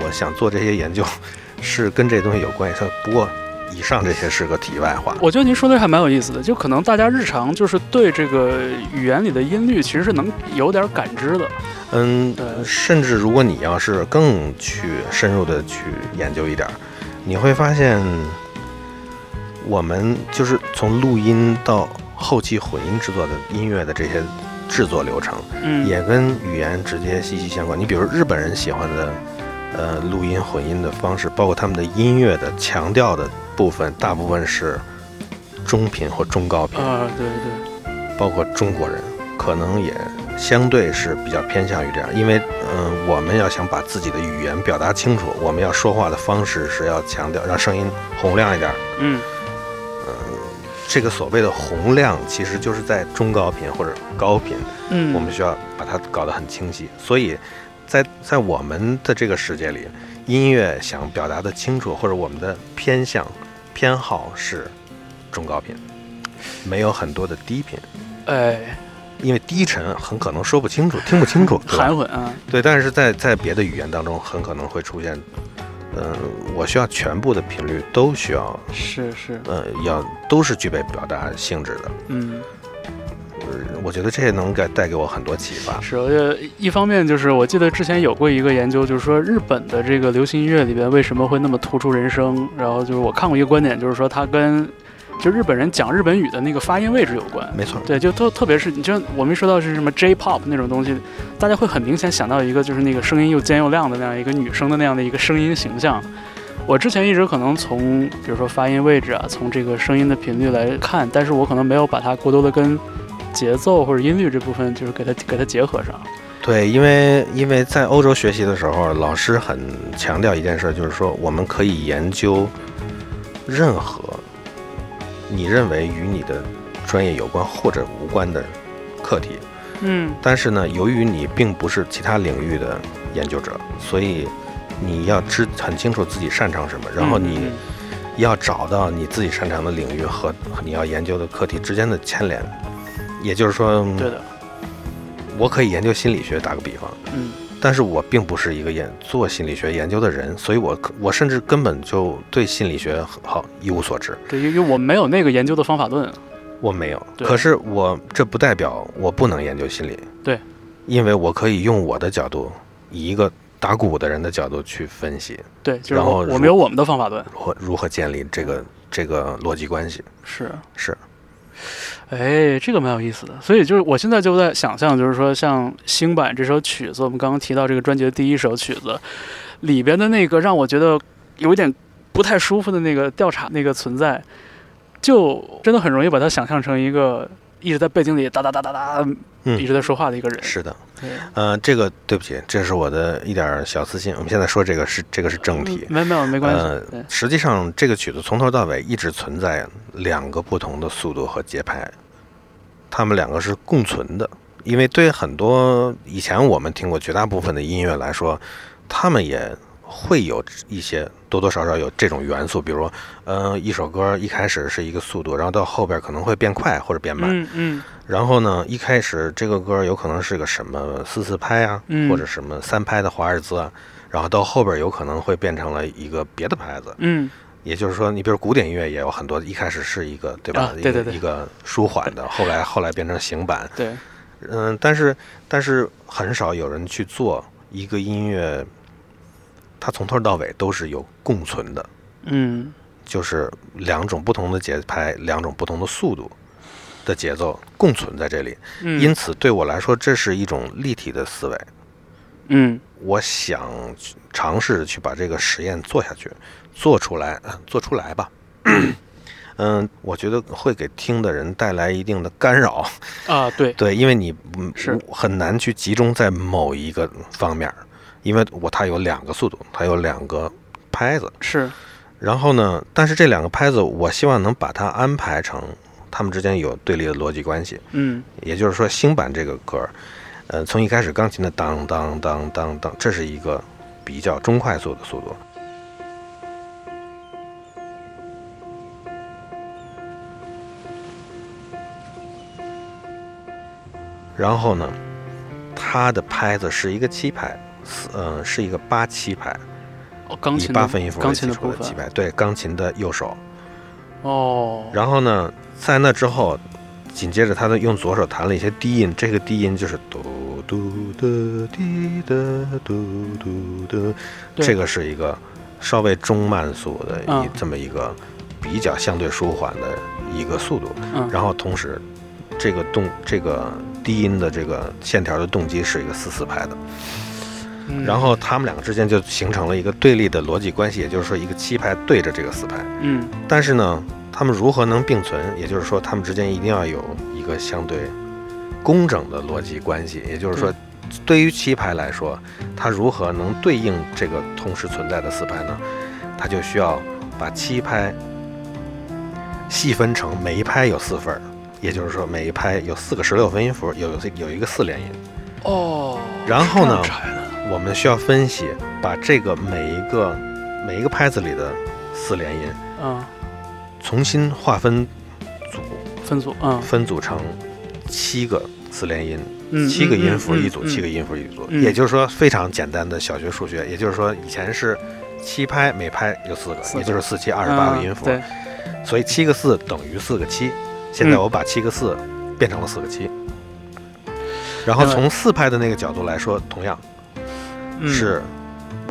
[SPEAKER 2] 我想做这些研究 是跟这东西有关系。它不过以上这些是个题外话，
[SPEAKER 1] 我觉得您说的还蛮有意思的，就可能大家日常就是对这个语言里的音律其实是能有点感知的。
[SPEAKER 2] 嗯，
[SPEAKER 1] 对
[SPEAKER 2] 甚至如果你要是更去深入的去研究一点儿，你会发现，我们就是从录音到后期混音制作的音乐的这些制作流程，
[SPEAKER 1] 嗯，
[SPEAKER 2] 也跟语言直接息息相关。你比如日本人喜欢的，呃，录音混音的方式，包括他们的音乐的强调的部分，大部分是中频或中高频。
[SPEAKER 1] 啊，对对，
[SPEAKER 2] 包括中国人，可能也相对是比较偏向于这样，因为嗯、呃我们要想把自己的语言表达清楚，我们要说话的方式是要强调让声音洪亮一点。
[SPEAKER 1] 嗯
[SPEAKER 2] 这个所谓的洪亮，其实就是在中高频或者高频，
[SPEAKER 1] 嗯，
[SPEAKER 2] 我们需要把它搞得很清晰。所以在在我们的这个世界里，音乐想表达的清楚，或者我们的偏向偏好是中高频，没有很多的低频。
[SPEAKER 1] 哎
[SPEAKER 2] 因为低沉很可能说不清楚，听不清楚，对吧
[SPEAKER 1] 含混啊，
[SPEAKER 2] 对，但是在在别的语言当中，很可能会出现，嗯、我需要全部的频率都需要，
[SPEAKER 1] 是是，
[SPEAKER 2] 呃，要都是具备表达性质的。
[SPEAKER 1] 嗯。
[SPEAKER 2] 呃我觉得这能给带给我很多启发。
[SPEAKER 1] 是，我觉得一方面就是我记得之前有过一个研究，就是说日本的这个流行音乐里边为什么会那么突出人声，然后就是我看过一个观点，就是说它跟就日本人讲日本语的那个发音位置有关。
[SPEAKER 2] 没错，
[SPEAKER 1] 对，就特特别是你就我们一说到是什么 J-pop 那种东西，大家会很明显想到一个就是那个声音又尖又亮的那样一个女生的那样的一个声音形象。我之前一直可能从比如说发音位置啊，从这个声音的频率来看，但是我可能没有把它过多的跟节奏或者音律这部分就是给它给它结合上。
[SPEAKER 2] 对，因为因为在欧洲学习的时候，老师很强调一件事，就是说我们可以研究任何你认为与你的专业有关或者无关的课题。
[SPEAKER 1] 嗯
[SPEAKER 2] 但是呢，由于你并不是其他领域的研究者，所以你要知很清楚自己擅长什么，然后你要找到你自己擅长的领域和和你要研究的课题之间的牵连。也就是说，
[SPEAKER 1] 嗯对的，
[SPEAKER 2] 我可以研究心理学，打个比方，
[SPEAKER 1] 嗯
[SPEAKER 2] 但是我并不是一个研做心理学研究的人，所以我可我甚至根本就对心理学很好一无所知，
[SPEAKER 1] 对，因为我没有那个研究的方法论。
[SPEAKER 2] 我没有。
[SPEAKER 1] 对
[SPEAKER 2] 可是我这不代表我不能研究心理，
[SPEAKER 1] 对，
[SPEAKER 2] 因为我可以用我的角度，以一个打鼓的人的角度去分析
[SPEAKER 1] 对，就是
[SPEAKER 2] 然后
[SPEAKER 1] 我
[SPEAKER 2] 如
[SPEAKER 1] 我们有我们的方法论。
[SPEAKER 2] 如何如何建立这个这个逻辑关系。
[SPEAKER 1] 是，
[SPEAKER 2] 是，
[SPEAKER 1] 哎，这个蛮有意思的。所以就是我现在就在想象，就是说像《星版》这首曲子，我们刚刚提到这个专辑的第一首曲子里边的那个让我觉得有一点不太舒服的那个调查那个存在，就真的很容易把它想象成一个一直在背景里哒哒哒哒哒
[SPEAKER 2] 嗯
[SPEAKER 1] 一直在说话的一个人。
[SPEAKER 2] 是的，
[SPEAKER 1] 对，嗯
[SPEAKER 2] 呃，这个对不起，这是我的一点儿小私心。我们现在说这个是这个是正题，
[SPEAKER 1] 没没有没关系。
[SPEAKER 2] 呃
[SPEAKER 1] 对，
[SPEAKER 2] 实际上这个曲子从头到尾一直存在两个不同的速度和节拍，它们两个是共存的。因为对很多以前我们听过绝大部分的音乐来说，他们也会有一些多多少少有这种元素，比如说，呃，一首歌一开始是一个速度，然后到后边可能会变快或者变慢，
[SPEAKER 1] 嗯嗯
[SPEAKER 2] 然后呢，一开始这个歌有可能是个什么四四拍啊，
[SPEAKER 1] 嗯
[SPEAKER 2] 或者什么三拍的华尔兹啊，然后到后边有可能会变成了一个别的拍子。
[SPEAKER 1] 嗯，
[SPEAKER 2] 也就是说，你比如古典音乐也有很多，一开始是一个对吧？
[SPEAKER 1] 啊对对对
[SPEAKER 2] 一个一个舒缓的，后来后来变成行板。
[SPEAKER 1] 对，
[SPEAKER 2] 嗯，但是但是很少有人去做一个音乐，它从头到尾都是有共存的，
[SPEAKER 1] 嗯
[SPEAKER 2] 就是两种不同的节拍，两种不同的速度的节奏共存在这里。
[SPEAKER 1] 嗯，
[SPEAKER 2] 因此，对我来说，这是一种立体的思维。
[SPEAKER 1] 嗯
[SPEAKER 2] 我想去尝试着去把这个实验做下去，做出来，呃做出来吧。 嗯，我觉得会给听的人带来一定的干扰，
[SPEAKER 1] 啊，对，
[SPEAKER 2] 对，因为你嗯
[SPEAKER 1] 是
[SPEAKER 2] 很难去集中在某一个方面儿，因为我它有两个速度，它有两个拍子，
[SPEAKER 1] 是
[SPEAKER 2] 然后呢，但是这两个拍子，我希望能把它安排成它们之间有对立的逻辑关系，
[SPEAKER 1] 嗯
[SPEAKER 2] 也就是说，新版这个歌儿，呃，从一开始钢琴的当当当当当，这是一个比较中快速的速度。然后呢，它的拍子是一个七拍，四呃是一个八七拍，
[SPEAKER 1] 哦，钢
[SPEAKER 2] 以
[SPEAKER 1] 琴
[SPEAKER 2] 八
[SPEAKER 1] 的
[SPEAKER 2] 分音符为
[SPEAKER 1] 钢
[SPEAKER 2] 基
[SPEAKER 1] 琴的
[SPEAKER 2] 础
[SPEAKER 1] 部
[SPEAKER 2] 的七
[SPEAKER 1] 分
[SPEAKER 2] 拍，对，钢琴的右手。
[SPEAKER 1] 哦，
[SPEAKER 2] 然后呢，在那之后，紧接着他的用左手弹了一些低音，这个低音就是嘟嘟的滴的嘟嘟的，
[SPEAKER 1] 对
[SPEAKER 2] 这个是一个稍微中慢速的
[SPEAKER 1] 嗯
[SPEAKER 2] 一这么一个比较相对舒缓的一个速度，
[SPEAKER 1] 嗯
[SPEAKER 2] 然后同时这个动这个低音的这个线条的动机是一个四四拍的，
[SPEAKER 1] 嗯
[SPEAKER 2] 然后他们两个之间就形成了一个对立的逻辑关系，也就是说一个七拍对着这个四拍。
[SPEAKER 1] 嗯
[SPEAKER 2] 但是呢，他们如何能并存？也就是说，他们之间一定要有一个相对工整的逻辑关系。也就是说，对于棋牌来说，它如何能对应这个同时存在的四拍呢？它就需要把七拍细分成每一拍有四份儿，也就是说每一拍有四个十六分音符，有有一个四连音。
[SPEAKER 1] 哦，
[SPEAKER 2] 然后
[SPEAKER 1] 是
[SPEAKER 2] 呢
[SPEAKER 1] 这样拆的
[SPEAKER 2] 我们需要分析，把这个每一个每一个拍子里的四连音
[SPEAKER 1] 嗯，
[SPEAKER 2] 重新划分组。
[SPEAKER 1] 分组，嗯
[SPEAKER 2] 分组成七个四连音，
[SPEAKER 1] 嗯，
[SPEAKER 2] 七个
[SPEAKER 1] 嗯
[SPEAKER 2] 音符一组，
[SPEAKER 1] 嗯嗯
[SPEAKER 2] 七个音符一组，
[SPEAKER 1] 嗯
[SPEAKER 2] 也就是说非常简单的小学数学。也就是说以前是七拍，每拍有四个，
[SPEAKER 1] 四个
[SPEAKER 2] 也就是四七二十八个
[SPEAKER 1] 嗯
[SPEAKER 2] 音符，
[SPEAKER 1] 对，
[SPEAKER 2] 所以七个四等于四个七。现在
[SPEAKER 1] 嗯
[SPEAKER 2] 我把七个四变成了四个七。然后
[SPEAKER 1] 另外
[SPEAKER 2] 从四拍的那个角度来说，同样
[SPEAKER 1] 嗯
[SPEAKER 2] 是，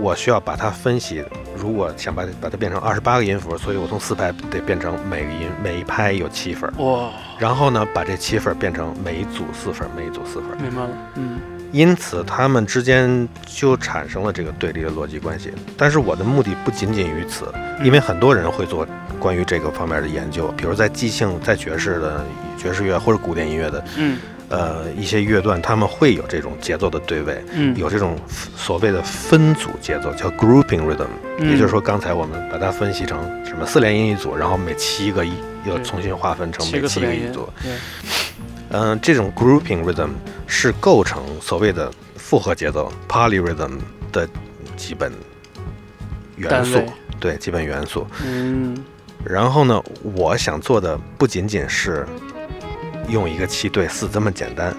[SPEAKER 2] 我需要把它分析。如果想把它把它变成二十八个音符，所以我从四拍得变成每个音每一拍有七分。
[SPEAKER 1] 哇，
[SPEAKER 2] 然后呢，把这七份儿变成每一组四份儿，每一组四份儿，
[SPEAKER 1] 明白了，嗯
[SPEAKER 2] 因此它们之间就产生了这个对立的逻辑关系。但是我的目的不仅仅于此，因为很多人会做关于这个方面的研究，比如在即兴、在爵士的爵士乐或者古典音乐的
[SPEAKER 1] 嗯
[SPEAKER 2] 呃一些乐段，他们会有这种节奏的对位，
[SPEAKER 1] 嗯，
[SPEAKER 2] 有这种所谓的分组节奏，叫 grouping rhythm。也就是说，刚才我们把它分析成什么四连音一组，然后每七个一又
[SPEAKER 1] 对
[SPEAKER 2] 重新划分成
[SPEAKER 1] 嗯七
[SPEAKER 2] 每
[SPEAKER 1] 个
[SPEAKER 2] 七
[SPEAKER 1] 四
[SPEAKER 2] 个
[SPEAKER 1] 连
[SPEAKER 2] 一
[SPEAKER 1] 音
[SPEAKER 2] 组。，
[SPEAKER 1] 对
[SPEAKER 2] 嗯，这种 grouping rhythm 是构成所谓的复合节奏 polyrhythm 的基本元
[SPEAKER 1] 单
[SPEAKER 2] 素
[SPEAKER 1] 位，
[SPEAKER 2] 对，基本元素。
[SPEAKER 1] 嗯
[SPEAKER 2] 然后呢，我想做的不仅仅是用一个七对四这么简单，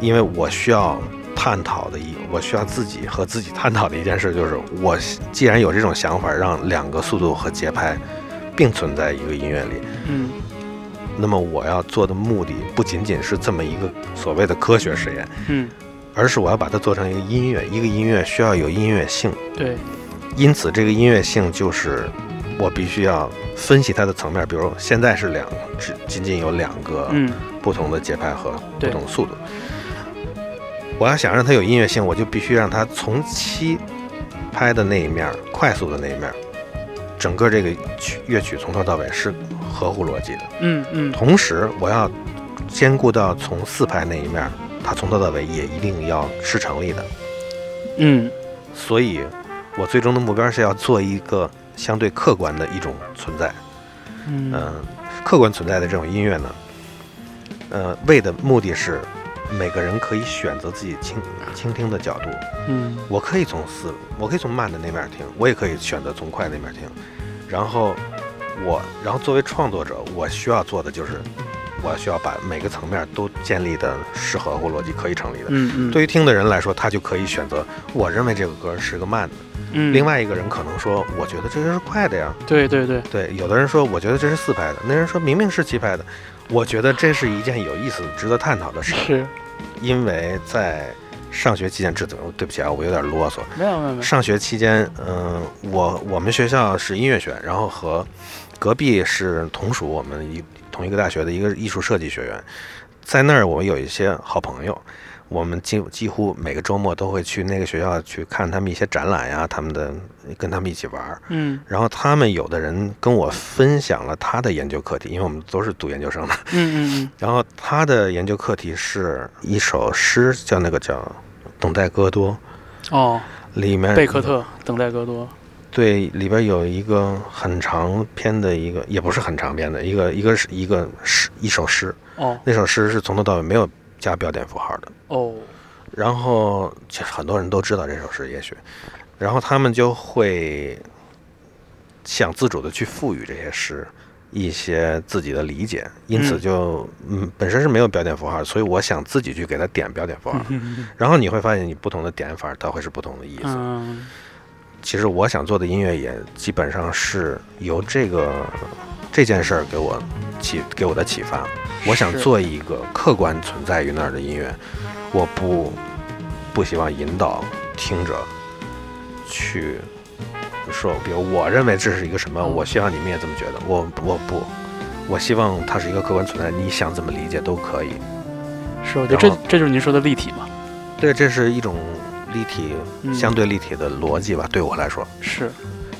[SPEAKER 2] 因为我需要探讨的一，我需要自己和自己探讨的一件事就是，我既然有这种想法，让两个速度和节拍并存在一个音乐里，
[SPEAKER 1] 嗯
[SPEAKER 2] 那么我要做的目的不仅仅是这么一个所谓的科学实验，
[SPEAKER 1] 嗯，
[SPEAKER 2] 而是我要把它做成一个音乐。一个音乐需要有音乐性，
[SPEAKER 1] 对，
[SPEAKER 2] 因此这个音乐性就是我必须要分析它的层面。比如现在是两，只仅仅有两个
[SPEAKER 1] 嗯
[SPEAKER 2] 不同的节拍和不
[SPEAKER 1] 对
[SPEAKER 2] 同速度。我要想让它有音乐性，我就必须让它从七拍的那一面儿，快速的那一面儿，整个这个曲乐曲从头到尾是合乎逻辑的。
[SPEAKER 1] 嗯嗯，
[SPEAKER 2] 同时，我要兼顾到从四拍那一面儿，它从头到尾也一定要是成立的。
[SPEAKER 1] 嗯
[SPEAKER 2] 所以，我最终的目标是要做一个相对客观的一种存在。
[SPEAKER 1] 嗯
[SPEAKER 2] 嗯、客观存在的这种音乐呢，呃，为的目的是每个人可以选择自己倾倾听的角度。
[SPEAKER 1] 嗯
[SPEAKER 2] 我可以从四，我可以从慢的那面听，我也可以选择从快那面听。然后我，然后作为创作者，我需要做的就是，我需要把每个层面都建立的是合乎逻辑可以成立的。
[SPEAKER 1] 嗯嗯，
[SPEAKER 2] 对于听的人来说，他就可以选择，我认为这个歌是个慢的；
[SPEAKER 1] 嗯，
[SPEAKER 2] 另外一个人可能说，我觉得这个是快的呀。
[SPEAKER 1] 对对对，
[SPEAKER 2] 对，有的人说，我觉得这是四拍的；那人说明明是七拍的。我觉得这是一件有意思、值得探讨的事儿，
[SPEAKER 1] 是
[SPEAKER 2] 因为在上学期间，这怎么？对不起啊，我有点啰嗦。
[SPEAKER 1] 没有没有没有，
[SPEAKER 2] 上学期间，嗯、我我们学校是音乐学院，然后和隔壁是同属我们一同一个大学的一个艺术设计学院，在那儿我有一些好朋友，我们几几乎每个周末都会去那个学校去看他们一些展览呀，他们的跟他们一起玩儿。
[SPEAKER 1] 嗯
[SPEAKER 2] 然后他们有的人跟我分享了他的研究课题，因为我们都是读研究生的。
[SPEAKER 1] 嗯嗯
[SPEAKER 2] 然后他的研究课题是一首诗，叫那个叫《等待戈多
[SPEAKER 1] 嗯，哦，》，
[SPEAKER 2] 里面
[SPEAKER 1] 贝克特等待戈多，
[SPEAKER 2] 对，里边有一个很长篇的一个，也不是很长篇的一个一个是一个诗一首诗，
[SPEAKER 1] 哦
[SPEAKER 2] 那首诗是从头到尾没有加标点符号的。
[SPEAKER 1] 哦，
[SPEAKER 2] 然后其实很多人都知道这首诗，也许，然后他们就会想自主的去赋予这些诗一些自己的理解，因此
[SPEAKER 1] 嗯
[SPEAKER 2] 就嗯本身是没有标点符号，所以我想自己去给它点标点符 号。
[SPEAKER 1] 嗯
[SPEAKER 2] 然后你会发现，你不同的点法它会是不同的意思。
[SPEAKER 1] 嗯
[SPEAKER 2] 其实我想做的音乐也基本上是由这个这件事儿给我启给我的启发。我想
[SPEAKER 1] 是
[SPEAKER 2] 做一个客观存在于那儿的音乐，我不不希望引导听者去说，比如我认为这是一个什么，
[SPEAKER 1] 嗯
[SPEAKER 2] 我希望你们也这么觉得。我我不，我希望它是一个客观存在，你想怎么理解都可以。
[SPEAKER 1] 是，我觉得这
[SPEAKER 2] 然后
[SPEAKER 1] 这就是您说的立体嘛，
[SPEAKER 2] 对，这是一种立体
[SPEAKER 1] 嗯
[SPEAKER 2] 相对立体的逻辑吧，对我来说。
[SPEAKER 1] 是，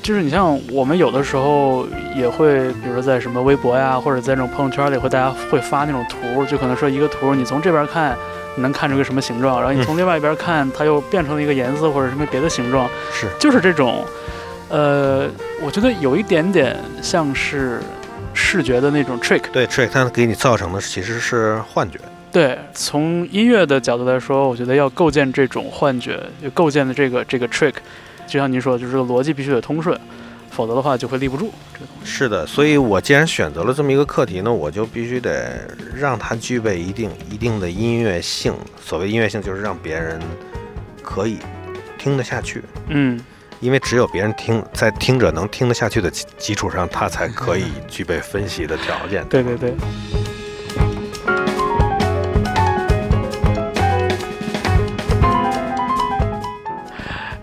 [SPEAKER 1] 就是你像我们有的时候也会，比如说在什么微博呀，或者在那种朋友圈里，会大家会发那种图，就可能说一个图，你从这边看你能看出个什么形状，然后你
[SPEAKER 2] 嗯
[SPEAKER 1] 从另外一边看，它又变成了一个颜色或者什么别的形状，
[SPEAKER 2] 是，
[SPEAKER 1] 就是这种，呃，我觉得有一点点像是视觉的那种 trick。
[SPEAKER 2] 对，trick 它给你造成的其实是幻觉。
[SPEAKER 1] 对，从音乐的角度来说，我觉得要构建这种幻觉，就构建的这个这个 trick，就像您说，就是这个逻辑必须得通顺，否则的话就会立不住。这个东西
[SPEAKER 2] 是的，所以我既然选择了这么一个课题呢，我就必须得让它具备一定一定的音乐性。所谓音乐性，就是让别人可以听得下去，
[SPEAKER 1] 嗯，
[SPEAKER 2] 因为只有别人听，在听者能听得下去的基基础上，他才可以具备分析的条件。
[SPEAKER 1] 嗯对对对。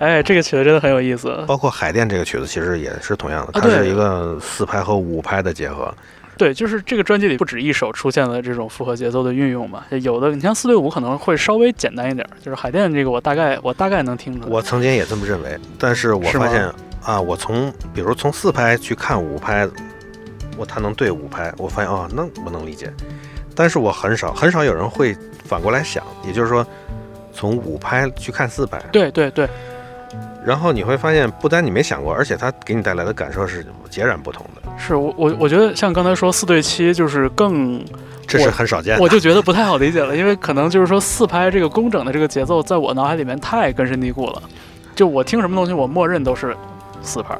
[SPEAKER 1] 哎，这个曲子真的很有意思。
[SPEAKER 2] 包括海淀这个曲子，其实也是同样的，它
[SPEAKER 1] 哦对
[SPEAKER 2] 是一个四拍和五拍的结合。
[SPEAKER 1] 对，就是这个专辑里不止一首出现了这种复合节奏的运用嘛，有的你像四对五可能会稍微简单一点儿，就是海淀这个我大概我大概能听出来。
[SPEAKER 2] 我曾经也这么认为，但是我
[SPEAKER 1] 是吗
[SPEAKER 2] 发现啊，我从比如从四拍去看五拍，我它能对五拍，我发现哦，那我能理解。但是我很少很少有人会反过来想，也就是说，从五拍去看四拍，
[SPEAKER 1] 对对对，
[SPEAKER 2] 然后你会发现，不单你没想过，而且它给你带来的感受是截然不同的，
[SPEAKER 1] 是我我我觉得像刚才说四对七就是更，
[SPEAKER 2] 这是很少 见
[SPEAKER 1] 我
[SPEAKER 2] 的。
[SPEAKER 1] 就觉得不太好理解了，因为可能就是说四拍这个工整的这个节奏，在我脑海里面太根深蒂固了，就我听什么东西，我默认都是四拍。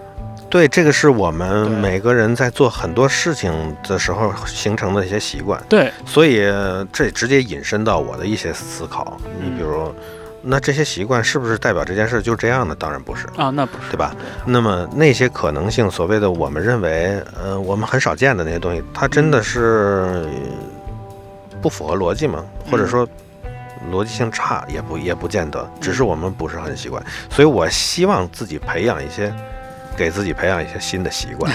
[SPEAKER 2] 对，这个是我们
[SPEAKER 1] 对
[SPEAKER 2] 每个人在做很多事情的时候形成的一些习惯。
[SPEAKER 1] 对，
[SPEAKER 2] 所以呃这直接引申到我的一些思考。你
[SPEAKER 1] 嗯
[SPEAKER 2] 比如，那这些习惯是不是代表这件事就这样呢？当然不是，
[SPEAKER 1] 啊，那不是
[SPEAKER 2] 对吧？那么那些可能性，所谓的我们认为，呃，我们很少见的那些东西，它真的是呃不符合逻辑吗？或者说？逻辑性差也不也不见得，只是我们不是很习惯，所以我希望自己培养一些，给自己培养一些新的习惯，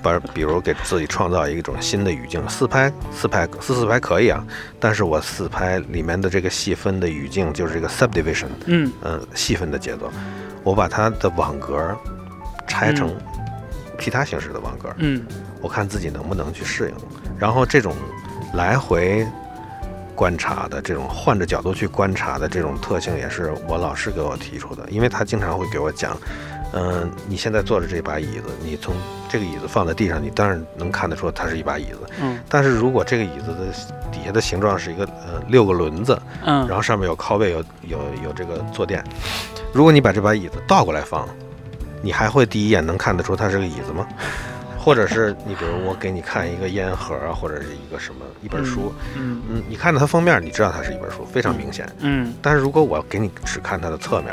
[SPEAKER 2] 把比如给自己创造一种新的语境。四拍四拍四四拍可以啊，但是我四拍里面的这个细分的语境就是这个 subdivision，
[SPEAKER 1] 嗯
[SPEAKER 2] 嗯，细分的节奏，我把它的网格拆成其他形式的网格，
[SPEAKER 1] 嗯
[SPEAKER 2] 我看自己能不能去适应。然后这种来回观察的、这种换着角度去观察的这种特性，也是我老师给我提出的，因为他经常会给我讲。嗯，你现在坐着这把椅子，你从这个椅子放在地上，你当然能看得出它是一把椅子。
[SPEAKER 1] 嗯
[SPEAKER 2] 但是如果这个椅子的底下的形状是一个呃六个轮子，
[SPEAKER 1] 嗯，
[SPEAKER 2] 然后上面有靠背，有有有这个坐垫。如果你把这把椅子倒过来放，你还会第一眼能看得出它是个椅子吗？或者是你比如我给你看一个烟盒啊，或者是一个什么一本书，
[SPEAKER 1] 嗯
[SPEAKER 2] 嗯，你看到它封面，你知道它是一本书，非常明显。
[SPEAKER 1] 嗯
[SPEAKER 2] 但是如果我给你只看它的侧面，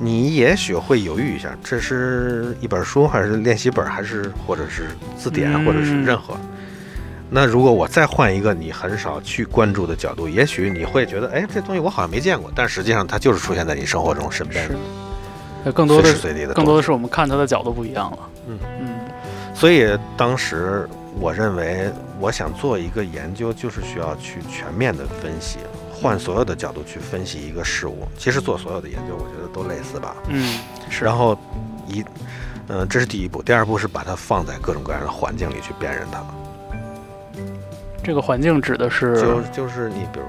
[SPEAKER 2] 你也许会犹豫一下，这是一本书还是练习本，还是或者是字典，
[SPEAKER 1] 嗯
[SPEAKER 2] 或者是任何。那如果我再换一个你很少去关注的角度，也许你会觉得，哎，这东西我好像没见过，但实际上它就是出现在你生活中身边
[SPEAKER 1] 是，呃更多
[SPEAKER 2] 随
[SPEAKER 1] 的
[SPEAKER 2] 时
[SPEAKER 1] 是
[SPEAKER 2] 随地的
[SPEAKER 1] 更
[SPEAKER 2] 东
[SPEAKER 1] 多
[SPEAKER 2] 西。
[SPEAKER 1] 的是我们看它的角度不一样了。
[SPEAKER 2] 嗯
[SPEAKER 1] 嗯
[SPEAKER 2] 所以当时我认为，我想做一个研究，就是需要去全面的分析，换所有的角度去分析一个事物。其实做所有的研究，我觉得都类似吧。
[SPEAKER 1] 嗯，是，
[SPEAKER 2] 然后一，嗯、这是第一步，第二步是把它放在各种各样的环境里去辨认它。
[SPEAKER 1] 这个环境指的是，
[SPEAKER 2] 就就是你比如，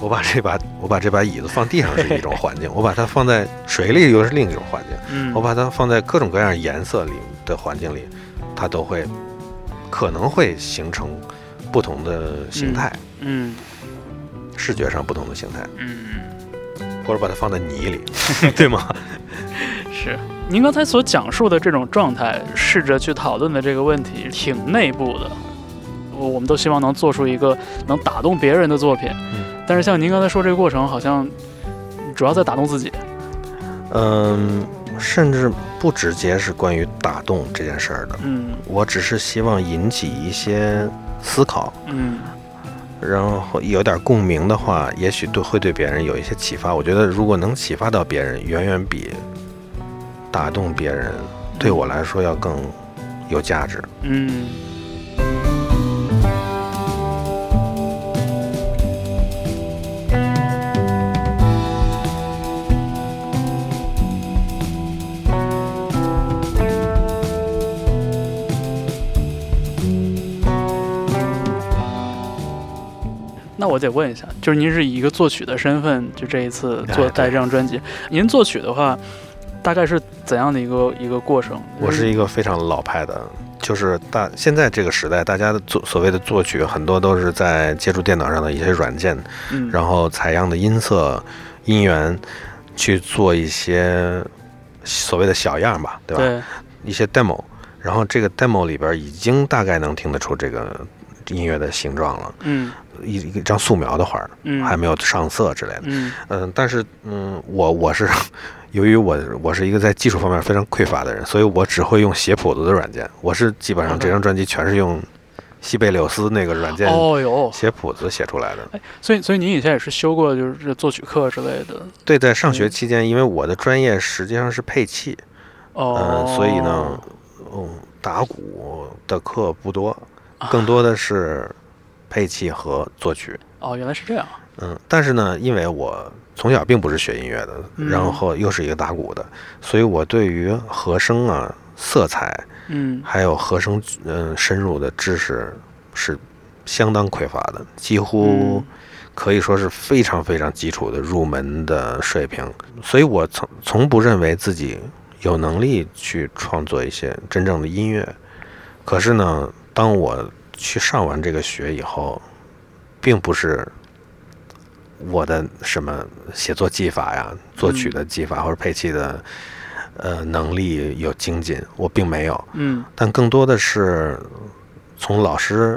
[SPEAKER 2] 我把这把我把这把椅子放地上是一种环 境，我把它放在水里又是另一种环境，
[SPEAKER 1] 嗯，
[SPEAKER 2] 我把它放在各种各样颜色里的环境里，它都会可能会形成不同的形态，
[SPEAKER 1] 嗯
[SPEAKER 2] 视觉上不同的形态，
[SPEAKER 1] 嗯，
[SPEAKER 2] 或者把它放在泥里， 对吗？
[SPEAKER 1] 是。您刚才所讲述的这种状态，试着去讨论的这个问题，挺内部的。我我们都希望能做出一个能打动别人的作品，
[SPEAKER 2] 嗯
[SPEAKER 1] 但是像您刚才说这个过程，好像主要在打动自己。
[SPEAKER 2] 嗯，甚至不直接是关于打动这件事儿的，
[SPEAKER 1] 嗯
[SPEAKER 2] 我只是希望引起一些思考，
[SPEAKER 1] 嗯
[SPEAKER 2] 然后有点共鸣的话，也许对会对别人有一些启发。我觉得如果能启发到别人，远远比打动别人对我来说要更有价值。
[SPEAKER 1] 嗯。那我得问一下，就是您是以一个作曲的身份，就这一次
[SPEAKER 2] 哎
[SPEAKER 1] 做
[SPEAKER 2] 对
[SPEAKER 1] 带这张专辑，您作曲的话，大概是怎样的一个一个过程？
[SPEAKER 2] 我是一个非常老派的，就是大现在这个时代，大家的作所谓的作曲，很多都是在接触电脑上的一些软件，
[SPEAKER 1] 嗯，
[SPEAKER 2] 然后采样的音色、音源去做一些所谓的小样吧，对吧？
[SPEAKER 1] 对，
[SPEAKER 2] 一些 demo，然后这个 demo 里边已经大概能听得出这个音乐的形状了，
[SPEAKER 1] 嗯
[SPEAKER 2] 一一张素描的画儿
[SPEAKER 1] 嗯，
[SPEAKER 2] 还没有上色之类的。
[SPEAKER 1] 嗯
[SPEAKER 2] 嗯，但是嗯，我我是由于我我是一个在技术方面非常匮乏的人，所以我只会用写谱子的软件。我是基本上这张专辑全是用西贝柳斯那个软件
[SPEAKER 1] 哦哟，
[SPEAKER 2] 写谱子写出来的。
[SPEAKER 1] 所以所以您以前也是修过就是作曲课之类的
[SPEAKER 2] 对，在上学
[SPEAKER 1] 嗯
[SPEAKER 2] 期间，因为我的专业实际上是配器，
[SPEAKER 1] 哦
[SPEAKER 2] 嗯，，所以呢，嗯，打鼓的课不多，更多
[SPEAKER 1] 啊
[SPEAKER 2] 的是配器和作曲。
[SPEAKER 1] 哦，原来是这样，
[SPEAKER 2] 嗯，但是呢，因为我从小并不是学音乐的，
[SPEAKER 1] 嗯
[SPEAKER 2] 然后又是一个打鼓的，所以我对于和声啊、色彩
[SPEAKER 1] 嗯
[SPEAKER 2] 还有和声嗯、深入的知识是相当匮乏的，几
[SPEAKER 1] 嗯
[SPEAKER 2] 乎可以说是非常非常基础的入门的水平。所以我从从不认为自己有能力去创作一些真正的音乐。可是呢，当我去上完这个学以后，并不是我的什么写作技法呀、
[SPEAKER 1] 嗯
[SPEAKER 2] 作曲的技法或者配器的呃能力有精进，我并没有。
[SPEAKER 1] 嗯
[SPEAKER 2] 但更多的是从老师，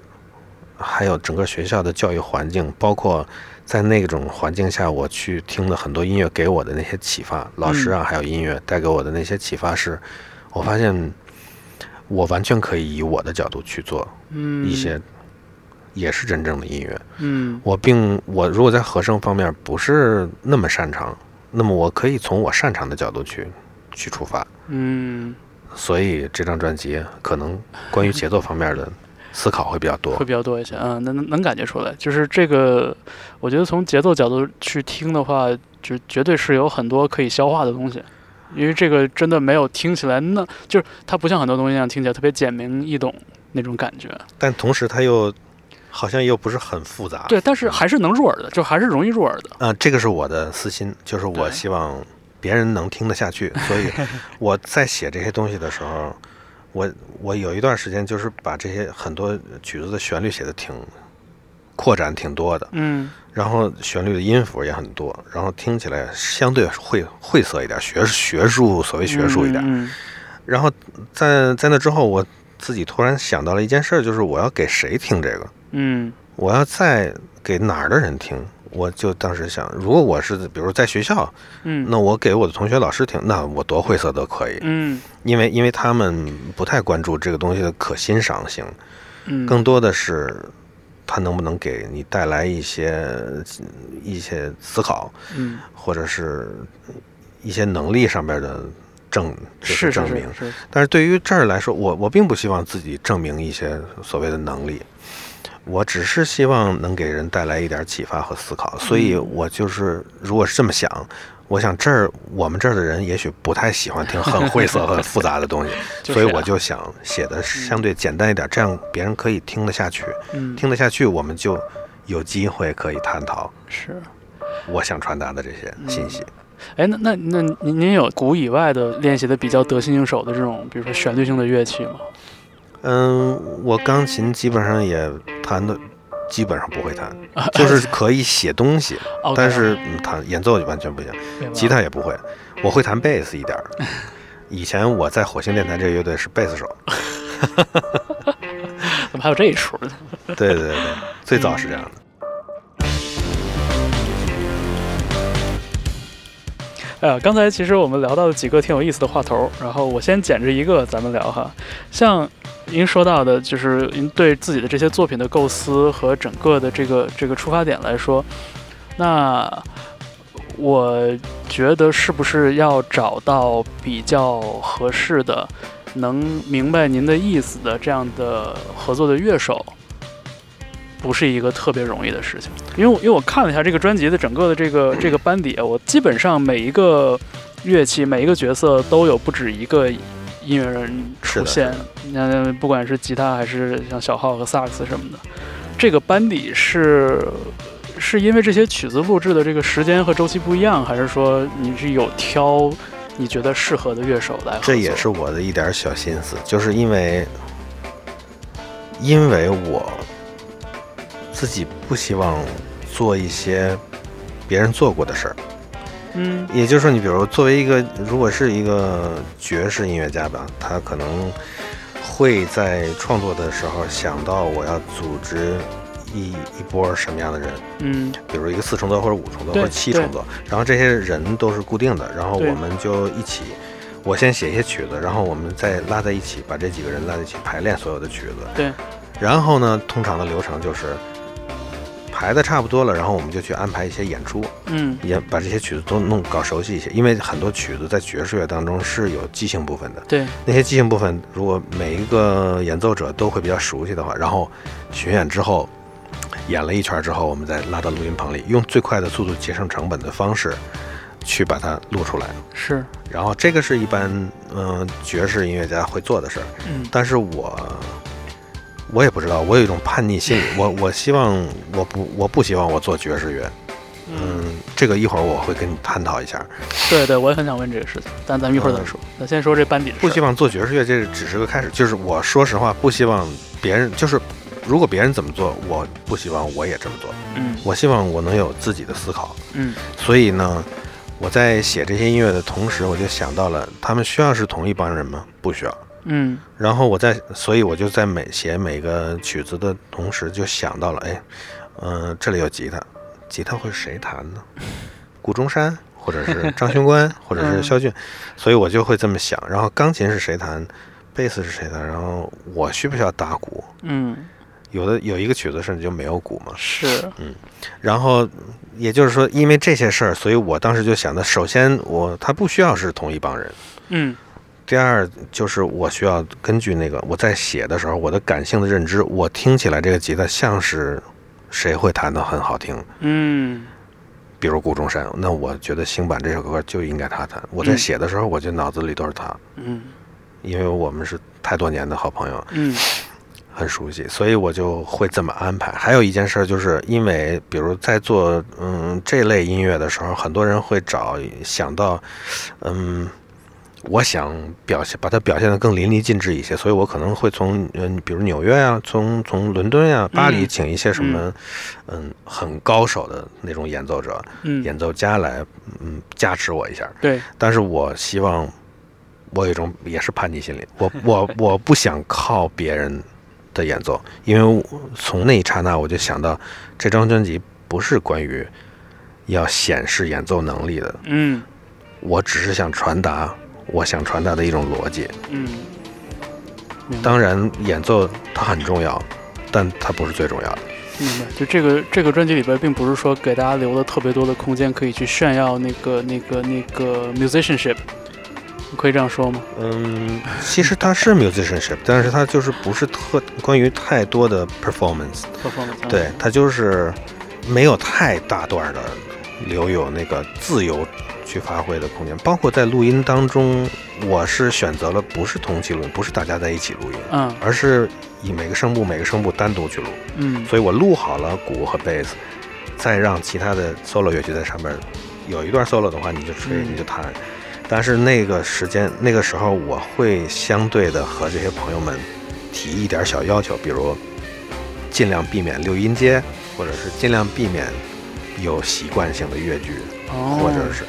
[SPEAKER 2] 还有整个学校的教育环境，包括在那种环境下，我去听的很多音乐给我的那些启发，老师啊，还有音乐带给我的那些启发是，我发现我完全可以以我的角度去做
[SPEAKER 1] 嗯
[SPEAKER 2] 一些，也是真正的音乐。
[SPEAKER 1] 嗯
[SPEAKER 2] 我并我如果在和声方面不是那么擅长，那么我可以从我擅长的角度去去出发。
[SPEAKER 1] 嗯
[SPEAKER 2] 所以这张专辑可能关于节奏方面的思考会比较多
[SPEAKER 1] 会。比较多一些，嗯，能能能感觉出来，就是这个，我觉得从节奏角度去听的话，就绝对是有很多可以消化的东西。因为这个真的没有听起来那，就是它不像很多东西一样听起来特别简明易懂那种感觉。
[SPEAKER 2] 但同时，它又好像又不是很复杂。
[SPEAKER 1] 对，但是还是能入耳的，就还是容易入耳的。
[SPEAKER 2] 啊、这个是我的私心，就是我
[SPEAKER 1] 对
[SPEAKER 2] 希望别人能听得下 去。所以我在写这些东西的时候，我我有一段时间就是把这些很多曲子的旋律写的挺扩展挺多的，
[SPEAKER 1] 嗯
[SPEAKER 2] 然后旋律的音符也很多，然后听起来相对会晦涩一点，学学术所谓学术一点。
[SPEAKER 1] 嗯
[SPEAKER 2] 然后在在那之后，我自己突然想到了一件事儿，就是我要给谁听这个？
[SPEAKER 1] 嗯
[SPEAKER 2] 我要再给哪儿的人听？我就当时想，如果我是比如在学校，
[SPEAKER 1] 嗯，
[SPEAKER 2] 那我给我的同学、老师听，那我多晦涩都可以，
[SPEAKER 1] 嗯
[SPEAKER 2] 因为因为他们不太关注这个东西的可欣赏性，
[SPEAKER 1] 嗯
[SPEAKER 2] 更多的是它能不能给你带来一些一些思考，
[SPEAKER 1] 嗯
[SPEAKER 2] 或者是一些能力上面的证，就是证
[SPEAKER 1] 是
[SPEAKER 2] 明。
[SPEAKER 1] 是
[SPEAKER 2] 但是对于这儿来说，我我并不希望自己证明一些所谓的能力，我只是希望能给人带来一点启发和思考，所以
[SPEAKER 1] 嗯
[SPEAKER 2] 我就是如果是这么想，我想这儿我们这儿的人也许不太喜欢听很晦 涩、很复杂的东西，
[SPEAKER 1] 就是
[SPEAKER 2] 所以我
[SPEAKER 1] 啊
[SPEAKER 2] 就想写的相对简单一点，这样别人可以听得下去，
[SPEAKER 1] 嗯
[SPEAKER 2] 听得下去我们就有机会可以探讨
[SPEAKER 1] 是。
[SPEAKER 2] 我想传达的这些信息。
[SPEAKER 1] 哎，那那那您您有鼓以外的练习的比较得心应手的这种，比如说旋律性的乐器吗？
[SPEAKER 2] 嗯，我钢琴基本上也弹的，基本上不会弹，就是可以写东西，
[SPEAKER 1] 哦，
[SPEAKER 2] 但是嗯弹演奏就完全不行。
[SPEAKER 1] 对
[SPEAKER 2] 吉他也不会，我会弹贝斯一点儿。以前我在火星电台这个乐队是贝斯手，
[SPEAKER 1] 怎么还有这一出呢？
[SPEAKER 2] 对对对对，最早是这样的。
[SPEAKER 1] 哎呀，刚才其实我们聊到了几个挺有意思的话头，然后我先捡着一个咱们聊哈。像您说到的，就是您对自己的这些作品的构思和整个的这个这个出发点来说，那我觉得是不是要找到比较合适的、能明白您的意思的这样的合作的乐手？不是一个特别容易的事情，因为我因为我看了一下这个专辑的整个的这个这个班底，我基本上每一个乐器、每一个角色都有不止一个音乐人出
[SPEAKER 2] 是的
[SPEAKER 1] 现
[SPEAKER 2] 是的，
[SPEAKER 1] 那不管是吉他还是像小号和萨克斯什么的，这个班底是是因为这些曲子录制的这个时间和周期不一样，还是说你是有挑你觉得适合的乐手来合作？
[SPEAKER 2] 这也是我的一点小心思，就是因为，因为我自己不希望做一些别人做过的事儿。
[SPEAKER 1] 嗯
[SPEAKER 2] 也就是说，你比如作为一个，如果是一个爵士音乐家吧，他可能会在创作的时候想到我要组织一一波什么样的人，
[SPEAKER 1] 嗯
[SPEAKER 2] 比如一个四重奏或者五重奏或
[SPEAKER 1] 对
[SPEAKER 2] 者七重奏，然后这些人都是固定的，然后
[SPEAKER 1] 对
[SPEAKER 2] 我们就一起，我先写一些曲子，然后我们再拉在一起，把这几个人拉在一起排练所有的曲子。
[SPEAKER 1] 对。
[SPEAKER 2] 然后呢，通常的流程就是排的差不多了，然后我们就去安排一些演出，
[SPEAKER 1] 嗯
[SPEAKER 2] 也把这些曲子都弄搞熟悉一些，因为很多曲子在爵士乐当中是有即兴部分的。
[SPEAKER 1] 对
[SPEAKER 2] 那些即兴部分，如果每一个演奏者都会比较熟悉的话，然后巡演之后，演了一圈之后，我们再拉到录音棚里，用最快的速度节省成本的方式去把它录出来。
[SPEAKER 1] 是
[SPEAKER 2] 然后这个是一般嗯、呃爵士音乐家会做的事儿，
[SPEAKER 1] 嗯
[SPEAKER 2] 但是我我也不知道，我有一种叛逆心理，我我希望我不我不希望我做爵士乐，
[SPEAKER 1] 嗯
[SPEAKER 2] 嗯，这个一会儿我会跟你探讨一下。
[SPEAKER 1] 对对，我也很想问这个事情，但咱们一会儿再说。咱先说这班底的事
[SPEAKER 2] 嗯不
[SPEAKER 1] 儿。
[SPEAKER 2] 希望做爵士乐，这只是个开始。就是我说实话，不希望别人就是，如果别人怎么做，我不希望我也这么做。
[SPEAKER 1] 嗯
[SPEAKER 2] 我希望我能有自己的思考。
[SPEAKER 1] 嗯
[SPEAKER 2] 所以呢，我在写这些音乐的同时，我就想到了，他们需要是同一帮人吗？不需要。
[SPEAKER 1] 嗯
[SPEAKER 2] 然后我在，所以我就在每写每个曲子的同时，就想到了，哎，嗯、这里有吉他，吉他会谁弹呢？顾中山，或者是张雄关，或者是
[SPEAKER 1] 嗯
[SPEAKER 2] 肖俊，所以我就会这么想。然后钢琴是谁弹，贝斯是谁弹，然后我需不需要打鼓？
[SPEAKER 1] 嗯
[SPEAKER 2] 有的有一个曲子甚至就没有鼓嘛。
[SPEAKER 1] 是
[SPEAKER 2] 然后也就是说，因为这些事儿，所以我当时就想的，首先我他不需要是同一帮人。
[SPEAKER 1] 嗯
[SPEAKER 2] 第二就是我需要根据那个我在写的时候，我的感性的认知，我听起来这个吉他像是谁会弹得很好听，
[SPEAKER 1] 嗯
[SPEAKER 2] 比如顾中山，那我觉得新版这首歌就应该他弹。我在
[SPEAKER 1] 嗯
[SPEAKER 2] 写的时候，我就脑子里都是他，
[SPEAKER 1] 嗯
[SPEAKER 2] 因为我们是太多年的好朋友，
[SPEAKER 1] 嗯
[SPEAKER 2] 很熟悉，所以我就会这么安排。还有一件事儿，就是因为比如在做嗯这类音乐的时候，很多人会找想到，嗯，我想表现把它表现得更淋漓尽致一些，所以我可能会从嗯比如纽约啊，从从伦敦啊、巴黎
[SPEAKER 1] 嗯
[SPEAKER 2] 请一些什么嗯很高手的那种演奏者、
[SPEAKER 1] 嗯，
[SPEAKER 2] 演奏家来嗯加持我一下。
[SPEAKER 1] 对
[SPEAKER 2] 但是我希望我有一种也是叛逆心理，我我 我不想靠别人的演奏，因为我从那一刹那我就想到，这张专辑不是关于要显示演奏能力的，
[SPEAKER 1] 嗯
[SPEAKER 2] 我只是想传达我想传达的一种逻辑。
[SPEAKER 1] 嗯，明白
[SPEAKER 2] 当然，演奏它很重要，但它不是最重要的。
[SPEAKER 1] 明白。就这个这个专辑里边，并不是说给大家留了特别多的空间可以去炫耀那个那个那个 musicianship，可以这样说吗？
[SPEAKER 2] 嗯，其实它是 musicianship，但是它就是不是特关于太多的 performance，
[SPEAKER 1] performance，
[SPEAKER 2] 对，它就是没有太大段的留有那个自由去发挥的空间。包括在录音当中，我是选择了不是同期录音，不是大家在一起录音，
[SPEAKER 1] 嗯
[SPEAKER 2] 而是以每个声部每个声部单独去录。
[SPEAKER 1] 嗯
[SPEAKER 2] 所以我录好了鼓和贝斯，再让其他的 solo 乐器在上面有一段 solo 的话，你就吹，
[SPEAKER 1] 嗯
[SPEAKER 2] 你就弹。但是那个时间，那个时候，我会相对的和这些朋友们提一点小要求，比如尽量避免六音阶，或者是尽量避免有习惯性的乐句，
[SPEAKER 1] 哦，
[SPEAKER 2] 或者是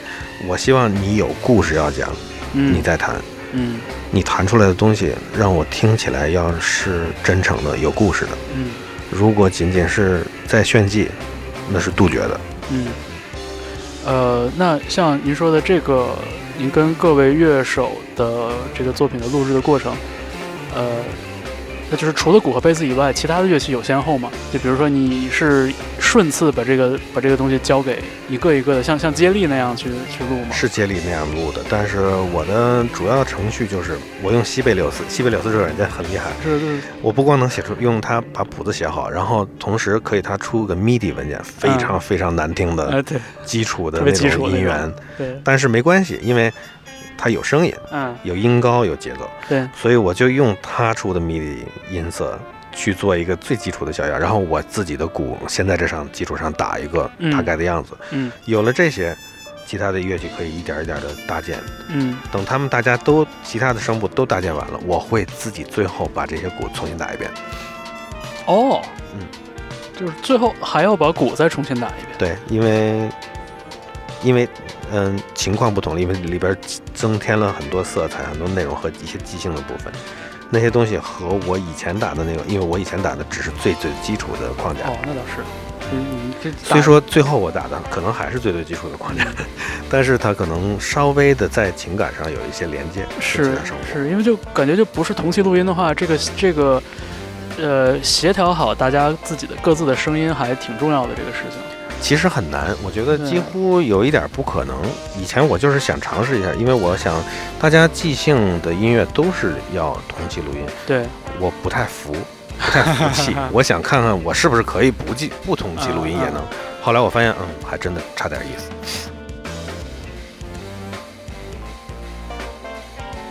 [SPEAKER 2] 我希望你有故事要讲，
[SPEAKER 1] 嗯
[SPEAKER 2] 你再弹。
[SPEAKER 1] 嗯
[SPEAKER 2] 你弹出来的东西让我听起来要是真诚的、有故事的，
[SPEAKER 1] 嗯
[SPEAKER 2] 如果仅仅是在炫技，那是杜绝的。
[SPEAKER 1] 嗯，呃，那像您说的这个，您跟各位乐手的这个作品的录制的过程，呃，那就是除了鼓和贝斯以外，其他的乐器有先后吗？就比如说你是顺次把这个把这个东西交给一个一个的，像像接力那样去去录吗？
[SPEAKER 2] 是接力那样录的，但是我的主要程序就是我用西贝柳斯，西贝柳斯这个软件很厉害，
[SPEAKER 1] 是是
[SPEAKER 2] 我不光能写出用它把谱子写好，然后同时可以它出个 MIDI 文件，非常非常难听
[SPEAKER 1] 呃，
[SPEAKER 2] 的
[SPEAKER 1] 对
[SPEAKER 2] 基础的
[SPEAKER 1] 特
[SPEAKER 2] 那
[SPEAKER 1] 别基础
[SPEAKER 2] 种
[SPEAKER 1] 的
[SPEAKER 2] 音
[SPEAKER 1] 那种
[SPEAKER 2] 源，
[SPEAKER 1] 对，
[SPEAKER 2] 但是没关系，因为它有声音，
[SPEAKER 1] 嗯，
[SPEAKER 2] 有音高，有节奏，
[SPEAKER 1] 对，
[SPEAKER 2] 所以我就用它出的 MIDI 音色去做一个最基础的小样，然后我自己的鼓先在这上基础上打一个
[SPEAKER 1] 嗯
[SPEAKER 2] 大概的样子。
[SPEAKER 1] 嗯
[SPEAKER 2] 有了这些，其他的乐器可以一点一点的搭建。
[SPEAKER 1] 嗯
[SPEAKER 2] 等他们大家都其他的声部都搭建完了，我会自己最后把这些鼓重新打一遍。
[SPEAKER 1] 哦，
[SPEAKER 2] 嗯，
[SPEAKER 1] 就是最后还要把鼓再重新打一遍。
[SPEAKER 2] 对，因为因为嗯情况不同，因为里边增添了很多色彩、很多内容和一些即兴的部分。那些东西和我以前打的那个，因为我以前打的只是最最基础的框架，
[SPEAKER 1] 哦，那倒是，嗯，你这
[SPEAKER 2] 虽说最后我打的可能还是最最基础的框架， 但是它可能稍微的在情感上有一些连接，
[SPEAKER 1] 是
[SPEAKER 2] 跟其他生活
[SPEAKER 1] 是因为就感觉就不是同期录音的话，这个这个呃协调好大家自己的各自的声音还挺重要的这个事情。
[SPEAKER 2] 其实很难，我觉得
[SPEAKER 1] 对
[SPEAKER 2] 几乎有一点不可能。以前我就是想尝试一下，因为我想大家即兴的音乐都是要同期录音，
[SPEAKER 1] 对，
[SPEAKER 2] 我不太服，不太服气。我想看看我是不是可以不记不同期录音也能。后来我发现，嗯，还真的差点意思。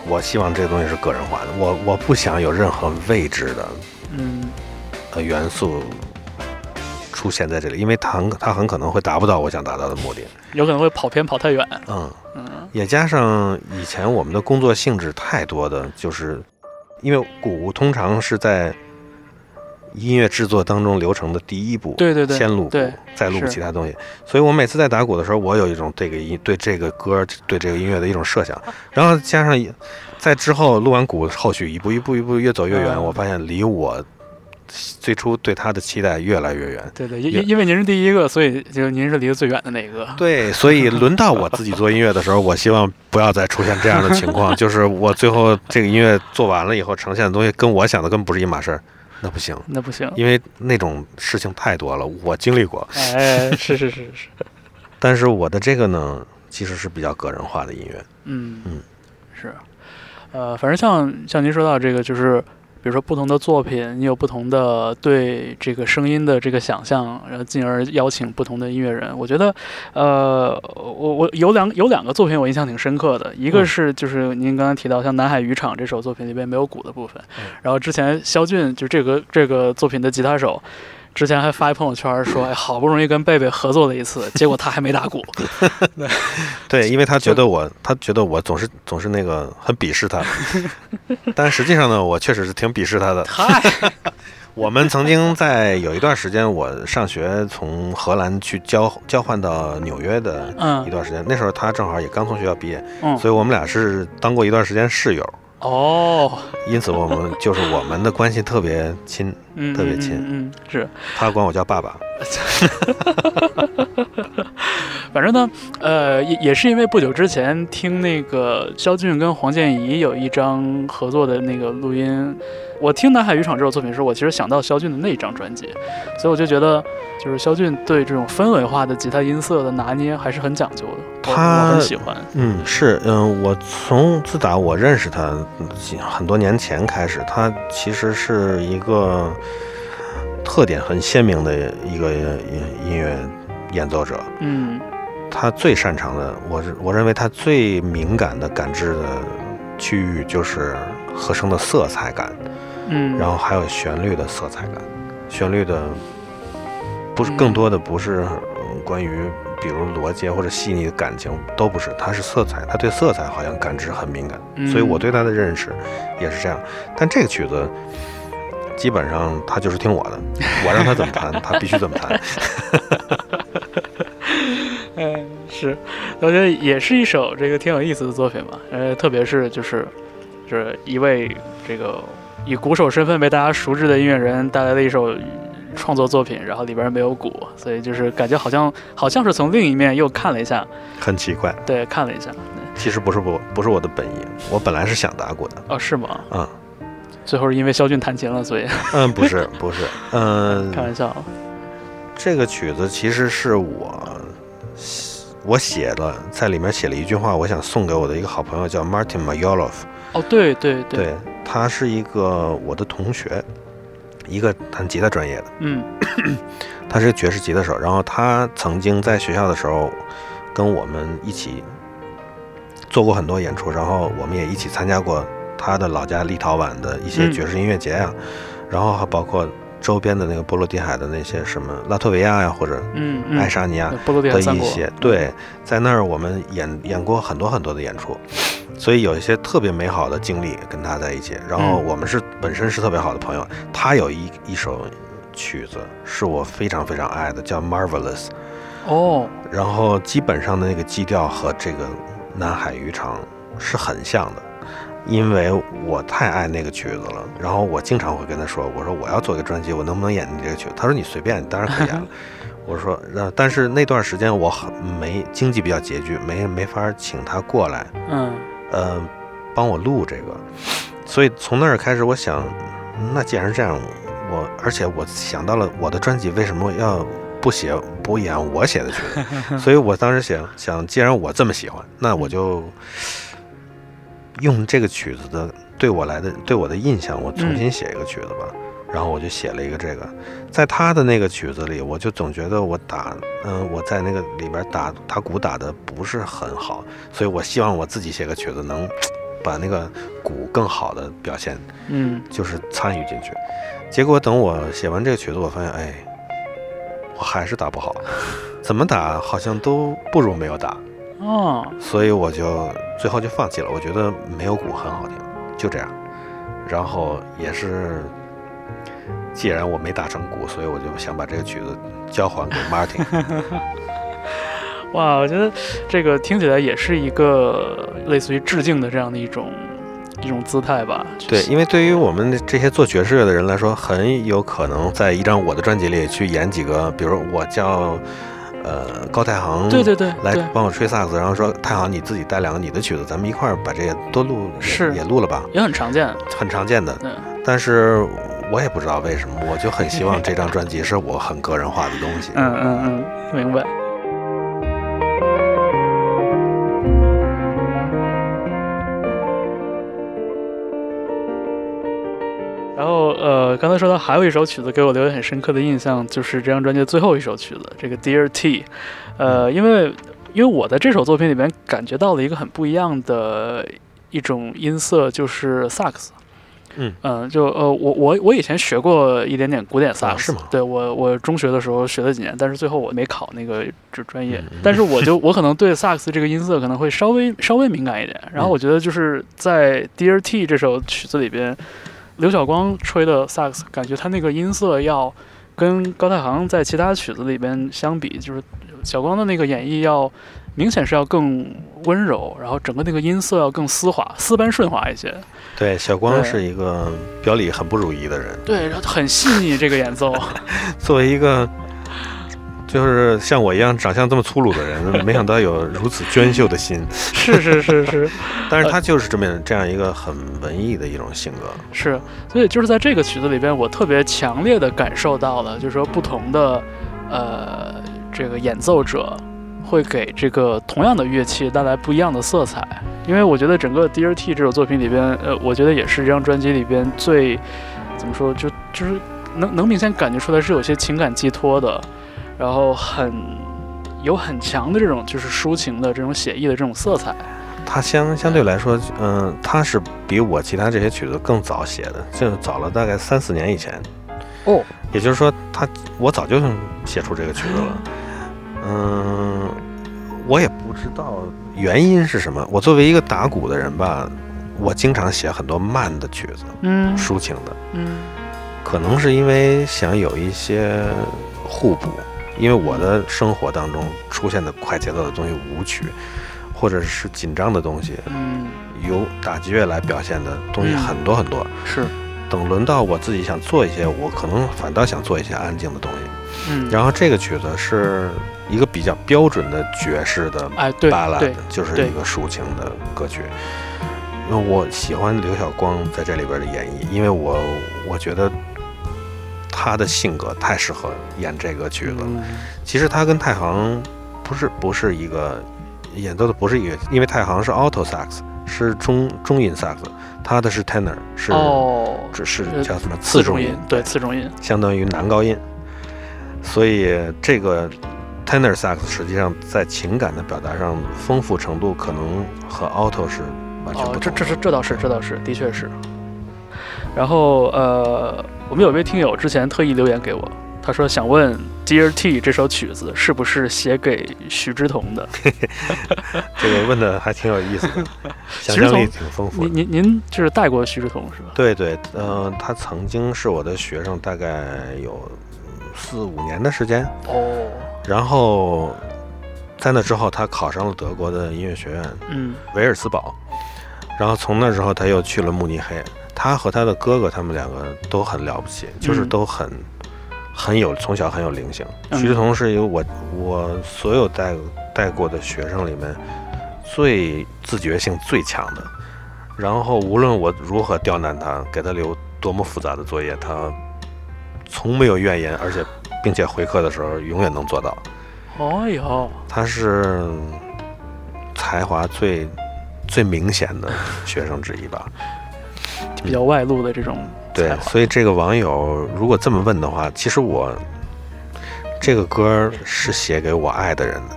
[SPEAKER 2] 我希望这个东西是个人化的，我我不想有任何位置的
[SPEAKER 1] 嗯
[SPEAKER 2] 呃元素出现在这里，因为它很它很可能会达不到我想达到的目的。
[SPEAKER 1] 有可能会跑偏跑太远。
[SPEAKER 2] 嗯，
[SPEAKER 1] 嗯
[SPEAKER 2] 也加上以前我们的工作性质太多的，就是因为鼓通常是在音乐制作当中流程的第一步，
[SPEAKER 1] 对对对
[SPEAKER 2] 先录鼓
[SPEAKER 1] 对，
[SPEAKER 2] 再录
[SPEAKER 1] 是
[SPEAKER 2] 其他东西。所以我每次在打鼓的时候，我有一种这个音对这个歌对这个音乐的一种设想，
[SPEAKER 1] 哦
[SPEAKER 2] 然后加上在之后录完鼓，后续一步一步一步越走越远，
[SPEAKER 1] 嗯
[SPEAKER 2] 我发现离我最初对它的期待越来越远。
[SPEAKER 1] 对对，因
[SPEAKER 2] 也
[SPEAKER 1] 因因为您是第一个，所以就您是离得最远的那一个。
[SPEAKER 2] 对，所以轮到我自己做音乐的时候，我希望不要再出现这样的情况，就是我最后这个音乐做完了以后，呈现的东西跟我想的根本不是一码事儿，那不行，
[SPEAKER 1] 那不行。
[SPEAKER 2] 因为那种事情太多了，我经历过。
[SPEAKER 1] 哎，是是是是，
[SPEAKER 2] 但是我的这个呢，其实是比较个人化的音乐，
[SPEAKER 1] 嗯
[SPEAKER 2] 嗯
[SPEAKER 1] 是，呃，反正像像您说到这个就是。比如说不同的作品，你有不同的对这个声音的这个想象，然后进而邀请不同的音乐人。我觉得，呃，我我有两有两个作品我印象挺深刻的，一个
[SPEAKER 2] 嗯
[SPEAKER 1] 是就是您刚才提到像《南海渔场》这首作品里边没有鼓的部分，
[SPEAKER 2] 嗯
[SPEAKER 1] 然后之前肖俊就这个这个作品的吉他手。之前还发一朋友圈说，哎，好不容易跟贝贝合作了一次，结果他还没打 鼓。
[SPEAKER 2] 对，因为他觉得我，他觉得我总是总是那个很鄙视他，但实际上呢，我确实是挺鄙视他的。
[SPEAKER 1] 嗨，
[SPEAKER 2] 我们曾经在有一段时间，我上学从荷兰去交交换到纽约的
[SPEAKER 1] 嗯
[SPEAKER 2] 一段时间，那时候他正好也刚从学校毕业，
[SPEAKER 1] 嗯，
[SPEAKER 2] 所以我们俩是当过一段时间室友，
[SPEAKER 1] 哦，
[SPEAKER 2] 因此我们就是我们的关系特别亲。
[SPEAKER 1] 嗯，
[SPEAKER 2] 特别亲
[SPEAKER 1] 嗯，嗯嗯是，
[SPEAKER 2] 他管我叫爸爸。
[SPEAKER 1] 反正呢，呃，也也是因为不久之前听那个肖俊跟黄建怡有一张合作的那个录音，我听《南海渔场》这首作品时，我其实想到肖俊的那一张专辑，所以我就觉得，就是肖俊对这种氛围化的吉他音色的拿捏还是很讲究的，我
[SPEAKER 2] 他
[SPEAKER 1] 我很喜欢。
[SPEAKER 2] 嗯，是，嗯，我从自打我认识他几很多年前开始，他其实是一个特点很鲜明的一个音音乐演奏者。
[SPEAKER 1] 嗯
[SPEAKER 2] 他最擅长的，我是我认为他最敏感的感知的区域就是和声的色彩感，
[SPEAKER 1] 嗯，
[SPEAKER 2] 然后还有旋律的色彩感。旋律的不是
[SPEAKER 1] 嗯
[SPEAKER 2] 更多的不是呃关于比如逻辑或者细腻的感情，都不是，他是色彩，他对色彩好像感知很敏感。
[SPEAKER 1] 嗯
[SPEAKER 2] 所以我对他的认识也是这样。但这个曲子基本上他就是听我的，我让他怎么弹，他必须怎么弹。
[SPEAKER 1] 嗯，是，我觉得也是一首这个挺有意思的作品吧。呃，特别是就是就是一位这个以鼓手身份被大家熟知的音乐人带来的一首创作作品，然后里边没有鼓，所以就是感觉好像好像是从另一面又看了一下，
[SPEAKER 2] 很奇怪，
[SPEAKER 1] 对，看了一下，
[SPEAKER 2] 其实不是不不是我的本意，我本来是想打鼓的。
[SPEAKER 1] 哦，是吗？
[SPEAKER 2] 啊，
[SPEAKER 1] 最后是因为肖俊弹琴了，所以
[SPEAKER 2] 嗯，不是，不是， 嗯
[SPEAKER 1] 开，玩笑。啊
[SPEAKER 2] 这个曲子其实是我我写的，在里面写了一句话，我想送给我的一个好朋友叫 Martin Mayolov，
[SPEAKER 1] 哦，对对对，
[SPEAKER 2] 对他是一个我的同学，一个弹吉他专业的，
[SPEAKER 1] 嗯
[SPEAKER 2] 他是个爵士吉他手，然后他曾经在学校的时候跟我们一起做过很多演出，然后我们也一起参加过他的老家立陶宛的一些
[SPEAKER 1] 嗯
[SPEAKER 2] 爵士音乐节呀、然后还包括周边的那个波罗的海的那些什么拉脱维亚呀、或者
[SPEAKER 1] 嗯嗯，
[SPEAKER 2] 爱沙尼亚
[SPEAKER 1] 对波罗的
[SPEAKER 2] 的
[SPEAKER 1] 海三
[SPEAKER 2] 一
[SPEAKER 1] 国，
[SPEAKER 2] 些，对，在那儿我们演演过很多很多的演出，所以有一些特别美好的经历跟他在一起。然后
[SPEAKER 1] 嗯
[SPEAKER 2] 我们是本身是特别好的朋友，他有一一首曲子是我非常非常爱的，叫《Marvelous》，
[SPEAKER 1] 哦，
[SPEAKER 2] 然后基本上的那个基调和这个《南海渔场》是很像的。因为我太爱那个曲子了，然后我经常会跟他说：“我说我要做一个专辑，我能不能演你这个曲子？”他说：“你随便，你当然可以演了。” 我说：“那但是那段时间我很没经济比较拮据，没没法请他过来，
[SPEAKER 1] 嗯
[SPEAKER 2] 呃，帮我录这个。所以从那儿开始，我想，那既然是这样，我而且我想到了我的专辑为什么要不写不演我写的曲子，所以我当时想想，既然我这么喜欢，那我就用这个曲子的对我来的对我的印象，我重新写一个曲子吧。然后我就写了一个这个，在他的那个曲子里，我就总觉得我打，嗯、我在那个里边打打鼓打的不是很好，所以我希望我自己写个曲子能把那个鼓更好的表现
[SPEAKER 1] 嗯
[SPEAKER 2] 就是参与进去。结果等我写完这个曲子，我发现，哎，我还是打不好，怎么打好像都不如没有打，
[SPEAKER 1] 哦，
[SPEAKER 2] 所以我就最后就放弃了。我觉得没有鼓很好听，就这样。然后也是，既然我没打成鼓，所以我就想把这个曲子交还给 Martin。
[SPEAKER 1] 哇，我觉得这个听起来也是一个类似于致敬的这样的一种一种姿态吧。
[SPEAKER 2] 对，因为对于我们这些做爵士乐的人来说，很有可能在一张我的专辑里去演几个，比如我叫呃高太行，
[SPEAKER 1] 对对对
[SPEAKER 2] 来
[SPEAKER 1] 对，
[SPEAKER 2] 帮我吹萨克斯，然后说太好，你自己带两个你的曲子，咱们一块儿把这个多录也
[SPEAKER 1] 是
[SPEAKER 2] 也录了吧，
[SPEAKER 1] 也很常见。
[SPEAKER 2] 很常见的。
[SPEAKER 1] 嗯，
[SPEAKER 2] 但是我也不知道为什么，我就很希望这张专辑是我很个人化的东西。
[SPEAKER 1] 嗯嗯嗯，明白。然后呃，刚才说到还有一首曲子给我留下很深刻的印象，就是这张专辑的最后一首曲子，这个《Dear T》。呃，
[SPEAKER 2] 嗯
[SPEAKER 1] 因为因为我在这首作品里面感觉到了一个很不一样的一种音色，就是萨克斯。
[SPEAKER 2] 嗯
[SPEAKER 1] 呃就呃，我我我以前学过一点点古典萨克斯，
[SPEAKER 2] 啊是吗
[SPEAKER 1] 对我我中学的时候学了几年，但是最后我没考那个这专业
[SPEAKER 2] 嗯嗯，
[SPEAKER 1] 但是我 就我可能对萨克斯这个音色可能会稍微稍微敏感一点。然后
[SPEAKER 2] 嗯
[SPEAKER 1] 我觉得就是在《Dear T》这首曲子里边，刘晓光吹的萨克斯，感觉他那个音色要跟高太行在其他曲子里边相比，就是小光的那个演绎要明显是要更温柔，然后整个那个音色要更丝滑、丝般顺滑一些。
[SPEAKER 2] 对，小光
[SPEAKER 1] 对
[SPEAKER 2] 是一个表里很不如意的人。
[SPEAKER 1] 对，然后很细腻这个演奏。
[SPEAKER 2] 作为一个就是像我一样长相这么粗鲁的人，没想到有如此娟秀的心。
[SPEAKER 1] 是是是是
[SPEAKER 2] 但是
[SPEAKER 1] 呃
[SPEAKER 2] 他就是这么这样一个很文艺的一种性格。
[SPEAKER 1] 是，所以就是在这个曲子里边，我特别强烈的感受到了，就是说不同的呃这个演奏者会给这个同样的乐器带来不一样的色彩。因为我觉得整个 D R T 这首作品里边，呃，我觉得也是这张专辑里边最怎么说，就就是能能明显感觉出来是有些情感寄托的，然后很有很强的这种就是抒情的这种写意的这种色彩。
[SPEAKER 2] 他相相对来说，嗯、他是比我其他这些曲子更早写的，就是早了大概三四年以前。
[SPEAKER 1] 哦，
[SPEAKER 2] 也就是说他，我早就写出这个曲子了。嗯，我也不知道原因是什么。我作为一个打鼓的人吧，我经常写很多慢的曲子，
[SPEAKER 1] 嗯
[SPEAKER 2] 抒情的。
[SPEAKER 1] 嗯
[SPEAKER 2] 可能是因为想有一些互补，因为我的生活当中出现的快节奏的东西舞曲，或者是紧张的东西，
[SPEAKER 1] 嗯，
[SPEAKER 2] 由打击乐来表现的东西
[SPEAKER 1] 嗯
[SPEAKER 2] 很多很多。
[SPEAKER 1] 是，
[SPEAKER 2] 等轮到我自己想做一些，我可能反倒想做一些安静的东西。
[SPEAKER 1] 嗯，
[SPEAKER 2] 然后这个曲子是一个比较标准的爵士的
[SPEAKER 1] 哎，对
[SPEAKER 2] 巴拉
[SPEAKER 1] 对
[SPEAKER 2] 的，，就是
[SPEAKER 1] 对
[SPEAKER 2] 一个抒情的歌曲。因为我喜欢刘晓光在这里边的演绎，因为我我觉得他的性格太适合演这个曲子。
[SPEAKER 1] 嗯
[SPEAKER 2] 其实他跟太行不是不是一个演奏的不是一个，因为太行是 alto sax，是中中音 sax，他的是 tenor，是、
[SPEAKER 1] 哦，
[SPEAKER 2] 只是
[SPEAKER 1] 呃
[SPEAKER 2] 叫什么次中音，
[SPEAKER 1] 对，次中音，
[SPEAKER 2] 相当于男高音。所以这个 tenor sax 实际上在情感的表达上丰富程度可能和 alto 是完全
[SPEAKER 1] 哦
[SPEAKER 2] 不同的。，
[SPEAKER 1] 这这是这倒是这倒是，的确是。然后呃，我们有位听友之前特意留言给我，他说想问《Dear T》这首曲子是不是写给徐志同的？
[SPEAKER 2] 这个问的还挺有意思的，
[SPEAKER 1] 其
[SPEAKER 2] 想
[SPEAKER 1] 实
[SPEAKER 2] 象
[SPEAKER 1] 从
[SPEAKER 2] 力挺丰富
[SPEAKER 1] 您
[SPEAKER 2] 的。
[SPEAKER 1] 您您就是带过徐志同是吧？
[SPEAKER 2] 对对，呃，他曾经是我的学生，大概有四五年的时间。
[SPEAKER 1] 哦，
[SPEAKER 2] 然后在那之后，他考上了德国的音乐学院，
[SPEAKER 1] 嗯
[SPEAKER 2] 维尔茨堡，然后从那之后他又去了慕尼黑。他和他的哥哥，他们两个都很了不起，就是都很很有从小很有灵性。
[SPEAKER 1] 嗯
[SPEAKER 2] 徐志同是一个我我所有带带过的学生里面最自觉性最强的。然后无论我如何刁难他，给他留多么复杂的作业，他从没有怨言，而且并且回课的时候永远能做到。
[SPEAKER 1] 哦哟，
[SPEAKER 2] 他是才华最最明显的学生之 一吧？
[SPEAKER 1] 就比较外露的这种
[SPEAKER 2] 对
[SPEAKER 1] 才，华，
[SPEAKER 2] 所以这个网友如果这么问的话，其实我这个歌儿是写给我爱的人的。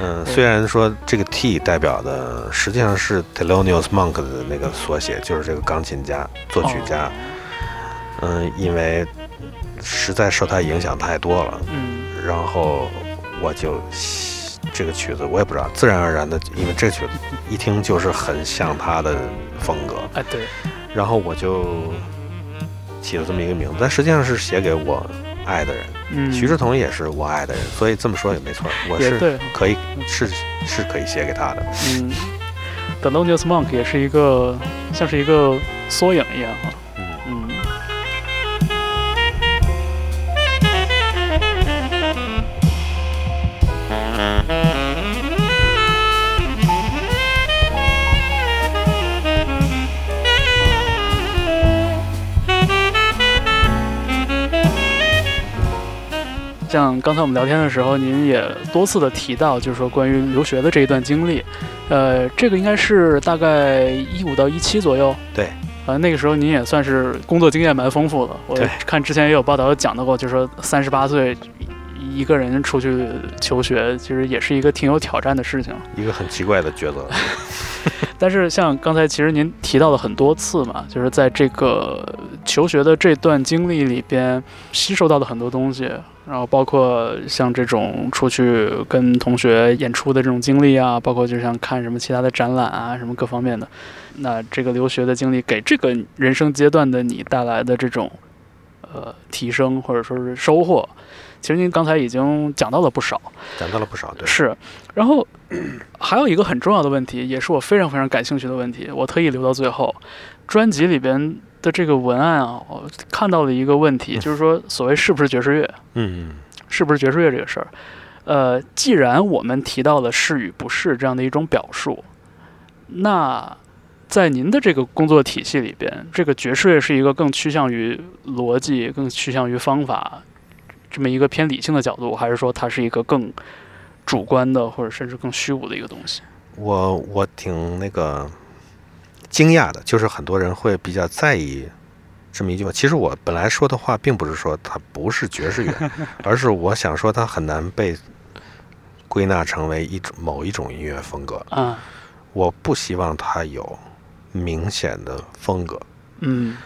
[SPEAKER 2] 嗯，
[SPEAKER 1] 对
[SPEAKER 2] 虽然说这个 T 代表的实际上是 Thelonious Monk 的那个缩写，就是这个钢琴家、作曲家。
[SPEAKER 1] 哦
[SPEAKER 2] 嗯，因为实在受他影响太多了，
[SPEAKER 1] 嗯
[SPEAKER 2] 然后我就这个曲子我也不知道，自然而然的，因为这曲子一听就是很像他的风格，
[SPEAKER 1] 哎对，
[SPEAKER 2] 然后我就起了这么一个名字，但实际上是写给我爱的人，
[SPEAKER 1] 嗯，
[SPEAKER 2] 徐志同也是我爱的人，所以这么说也没错，我
[SPEAKER 1] 也
[SPEAKER 2] 是
[SPEAKER 1] 对，
[SPEAKER 2] 可以是是可以写给他的，
[SPEAKER 1] 嗯 t h e l o n i o u s Monk 也是一个像是一个缩影一样哈。
[SPEAKER 2] 嗯。
[SPEAKER 1] 嗯，像刚才我们聊天的时候，您也多次的提到，就是说关于留学的这一段经历，呃，这个应该是大概一五到一七左右，呃，那个时候您也算是工作经验蛮丰富的。我
[SPEAKER 2] 对
[SPEAKER 1] 看之前也有报道讲到过，就是说三十八岁一个人出去求学，其实也是一个挺有挑战的事情。
[SPEAKER 2] 一个很奇怪的抉择，
[SPEAKER 1] 但是像刚才其实您提到了很多次嘛，就是在这个求学的这段经历里边吸收到的很多东西，然后包括像这种出去跟同学演出的这种经历啊，包括就像看什么其他的展览啊，什么各方面的。那这个留学的经历给这个人生阶段的你带来的这种。呃呃提升或者说是收获，其实您刚才已经讲到了不少。
[SPEAKER 2] 讲到了不少，对，
[SPEAKER 1] 是，然后 还有一个很重要的问题，也是我非常非常感兴趣的问题，我特意留到最后。专辑里边的这个文案啊，我看到了一个问题，就是说所谓是不是爵士乐，
[SPEAKER 2] 嗯，
[SPEAKER 1] 是不是爵士乐这个事儿。呃，既然我们提到了是与不是这样的一种表述，那在您的这个工作体系里边，这个爵士乐是一个更趋向于逻辑、更趋向于方法这么一个偏理性的角度，还是说它是一个更主观的，或者甚至更虚无的一个东西？
[SPEAKER 2] 我我挺那个惊讶的，就是很多人会比较在意这么一句话。其实我本来说的话，并不是说它不是爵士乐， 而是我想说它很难被归纳成为一种某一种音乐风格。
[SPEAKER 1] 啊，
[SPEAKER 2] 我不希望它有明显的风格。
[SPEAKER 1] 嗯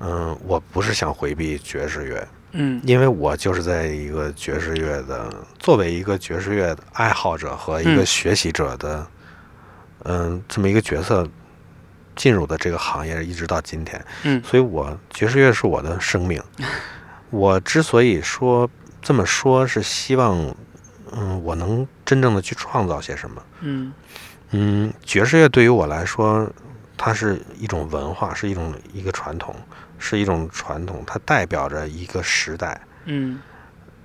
[SPEAKER 2] 嗯，我不是想回避爵士乐，
[SPEAKER 1] 嗯
[SPEAKER 2] 因为我就是在一个爵士乐的，作为一个爵士乐的爱好者和一个
[SPEAKER 1] 嗯
[SPEAKER 2] 学习者的，嗯、这么一个角色进入的这个行业，一直到今天，
[SPEAKER 1] 嗯
[SPEAKER 2] 所以我爵士乐是我的生命。我之所以说这么说，是希望，嗯，我能真正的去创造些什么。
[SPEAKER 1] 嗯
[SPEAKER 2] 嗯，爵士乐对于我来说，它是一种文化，是一种一个传统，是一种传统，它代表着一个时代。
[SPEAKER 1] 嗯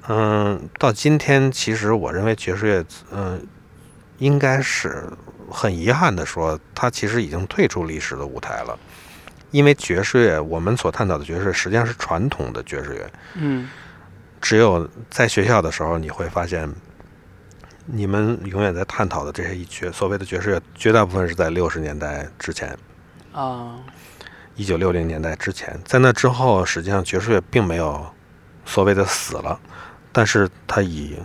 [SPEAKER 2] 嗯，到今天，其实我认为爵士乐，嗯、应该是很遗憾的说，它其实已经退出历史的舞台了。因为爵士乐，我们所探讨的爵士乐实际上是传统的爵士乐。
[SPEAKER 1] 嗯
[SPEAKER 2] 只有在学校的时候，你会发现，你们永远在探讨的这些一爵所谓的爵士乐，绝大部分是在六十年代之前，
[SPEAKER 1] 啊，
[SPEAKER 2] 一九六零年代之前。在那之后，实际上爵士乐并没有所谓的死了，但是它以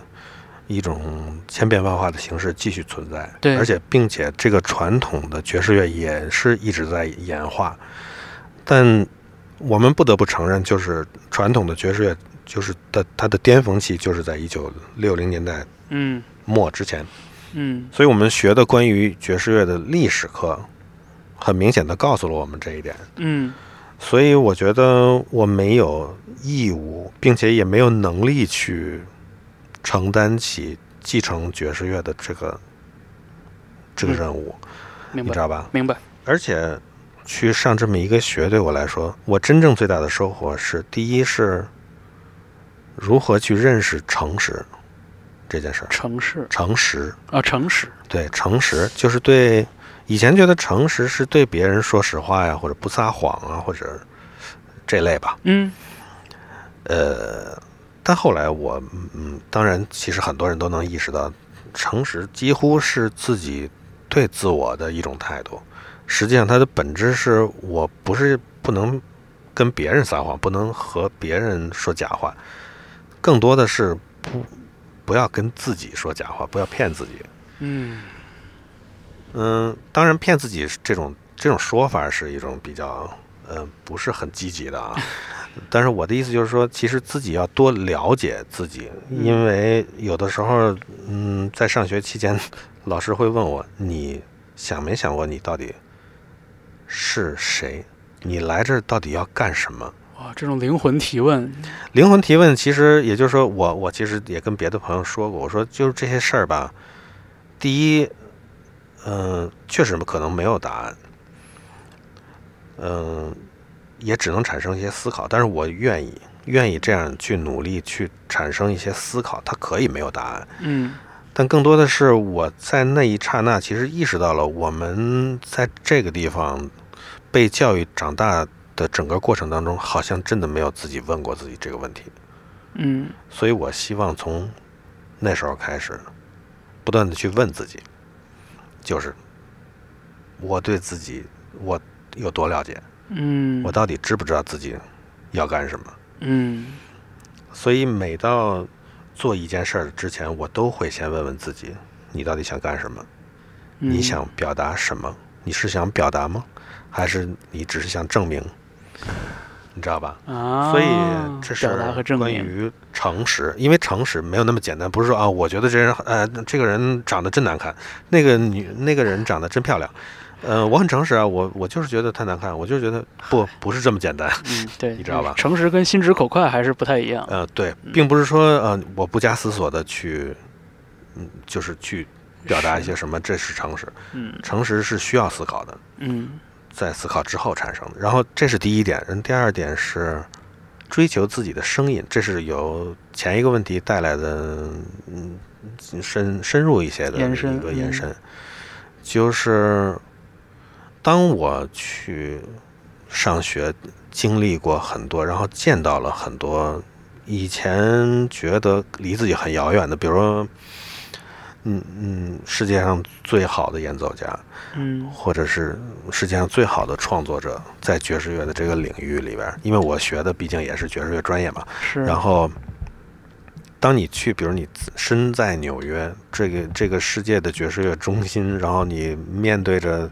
[SPEAKER 2] 一种千变万化的形式继续存在。
[SPEAKER 1] 对
[SPEAKER 2] 而且并且这个传统的爵士乐也是一直在演化。但我们不得不承认，就是传统的爵士乐，就是它它的巅峰期就是在一九六零年代
[SPEAKER 1] 嗯
[SPEAKER 2] 末之前。
[SPEAKER 1] 嗯
[SPEAKER 2] 所以我们学的关于爵士乐的历史课，很明显的告诉了我们这一点。
[SPEAKER 1] 嗯
[SPEAKER 2] 所以我觉得我没有义务，并且也没有能力去承担起继承爵士乐的这个这个
[SPEAKER 1] 嗯
[SPEAKER 2] 任务，
[SPEAKER 1] 明
[SPEAKER 2] 你知
[SPEAKER 1] 白
[SPEAKER 2] 道吧？
[SPEAKER 1] 明白，
[SPEAKER 2] 而且去上这么一个学，对我来说，我真正最大的收获是，第一是如何去认识诚实这件事儿，
[SPEAKER 1] 城市
[SPEAKER 2] 诚实。
[SPEAKER 1] 啊，诚实，
[SPEAKER 2] 对，诚实就是对以前觉得诚实是对别人说实话呀，或者不撒谎啊，或者这类吧。
[SPEAKER 1] 嗯
[SPEAKER 2] 呃，但后来我，嗯，当然，其实很多人都能意识到，诚实几乎是自己对自我的一种态度。实际上，它的本质是我不是不能跟别人撒谎，不能和别人说假话，更多的是不不要跟自己说假话，不要骗自己。
[SPEAKER 1] 嗯
[SPEAKER 2] 嗯，当然，骗自己是这种这种说法是一种比较，呃，不是很积极的啊。但是我的意思就是说，其实自己要多了解自己，
[SPEAKER 1] 嗯
[SPEAKER 2] 因为有的时候，嗯，在上学期间，老师会问我，你想没想过你到底是谁？你来这儿到底要干什么？
[SPEAKER 1] 哇，这种灵魂提问，
[SPEAKER 2] 灵魂提问，其实也就是说我我其实也跟别的朋友说过，我说就是这些事儿吧，第一，嗯、确实可能没有答案，嗯、也只能产生一些思考，但是我愿意愿意这样去努力去产生一些思考，它可以没有答案，
[SPEAKER 1] 嗯
[SPEAKER 2] 但更多的是我在那一刹那，其实意识到了我们在这个地方被教育长大的整个过程当中，好像真的没有自己问过自己这个问题。
[SPEAKER 1] 嗯
[SPEAKER 2] 所以我希望从那时候开始，不断的去问自己，就是我对自己我有多了解，
[SPEAKER 1] 嗯，
[SPEAKER 2] 我到底知不知道自己要干什么？
[SPEAKER 1] 嗯
[SPEAKER 2] 所以每到做一件事儿之前，我都会先问问自己，你到底想干什么？你
[SPEAKER 1] 嗯
[SPEAKER 2] 想表达什么？你是想表达吗？还是你只是想证明？你知道吧？
[SPEAKER 1] 啊，
[SPEAKER 2] 所以这是
[SPEAKER 1] 表达和证
[SPEAKER 2] 关
[SPEAKER 1] 明，
[SPEAKER 2] 于诚实，因为诚实没有那么简单，不是说啊，我觉得这人呃，这个人长得真难看，那个女那个人长得真漂亮，呃，我很诚实啊，我我就是觉得太难看，我就是觉得不不是这么简单。
[SPEAKER 1] 嗯，对，
[SPEAKER 2] 你知道吧
[SPEAKER 1] 诚实跟心直口快还是不太一样。
[SPEAKER 2] 呃，对，
[SPEAKER 1] 嗯
[SPEAKER 2] 并不是说呃我不加思索的去，嗯，就是去表达一些什么，这是诚实。
[SPEAKER 1] 嗯
[SPEAKER 2] 诚实是需要思考的，
[SPEAKER 1] 嗯
[SPEAKER 2] 在思考之后产生的。然后这是第一点，然后第二点是追求自己的声音，这是由前一个问题带来的，嗯，深深入一些的
[SPEAKER 1] 延伸
[SPEAKER 2] 一个
[SPEAKER 1] 嗯
[SPEAKER 2] 延伸，就是当我去上学，经历过很多，然后见到了很多以前觉得离自己很遥远的，比如说。嗯嗯，世界上最好的演奏家，
[SPEAKER 1] 嗯
[SPEAKER 2] 或者是世界上最好的创作者，在爵士乐的这个领域里边儿，因为我学的毕竟也是爵士乐专业嘛。
[SPEAKER 1] 是。
[SPEAKER 2] 然后，当你去，比如你自身在纽约这个这个世界的爵士乐中心，然后你面对着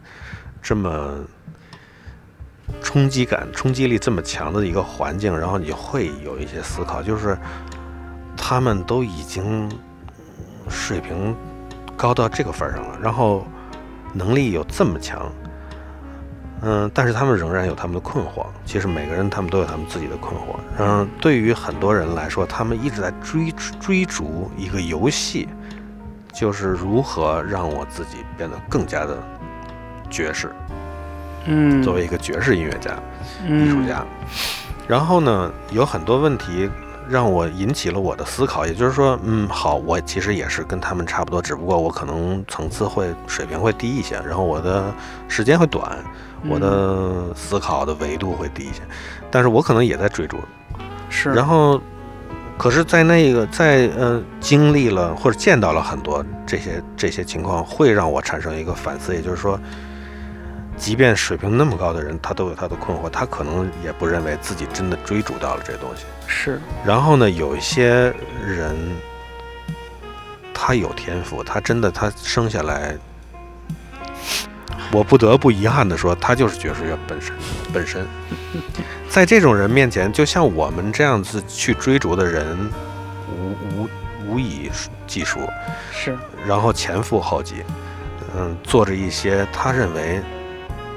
[SPEAKER 2] 这么冲击感、冲击力这么强的一个环境，然后你会有一些思考，就是他们都已经水平高到这个份儿上了，然后能力有这么强，嗯，但是他们仍然有他们的困惑。其实每个人他们都有他们自己的困惑。嗯，对于很多人来说，他们一直在追追逐一个游戏，就是如何让我自己变得更加的爵士。
[SPEAKER 1] 嗯，
[SPEAKER 2] 作为一个爵士音乐家，艺
[SPEAKER 1] 艺
[SPEAKER 2] 术，家。嗯然后呢，有很多问题让我引起了我的思考，也就是说，嗯，好，我其实也是跟他们差不多，只不过我可能层次会水平会低一些，然后我的时间会短，我的思考的维度会低一些，但是我可能也在追逐。
[SPEAKER 1] 是，
[SPEAKER 2] 然后，可是，在那个在呃经历了或者见到了很多这些这些情况，会让我产生一个反思，也就是说，即便水平那么高的人，他都有他的困惑，他可能也不认为自己真的追逐到了这东西。
[SPEAKER 1] 是，
[SPEAKER 2] 然后呢，有一些人，他有天赋，他真的他生下来，我不得不遗憾的说，他就是爵士乐本身本身。在这种人面前，就像我们这样子去追逐的人，无无无以计数。
[SPEAKER 1] 是，
[SPEAKER 2] 然后前赴后继，嗯，做着一些他认为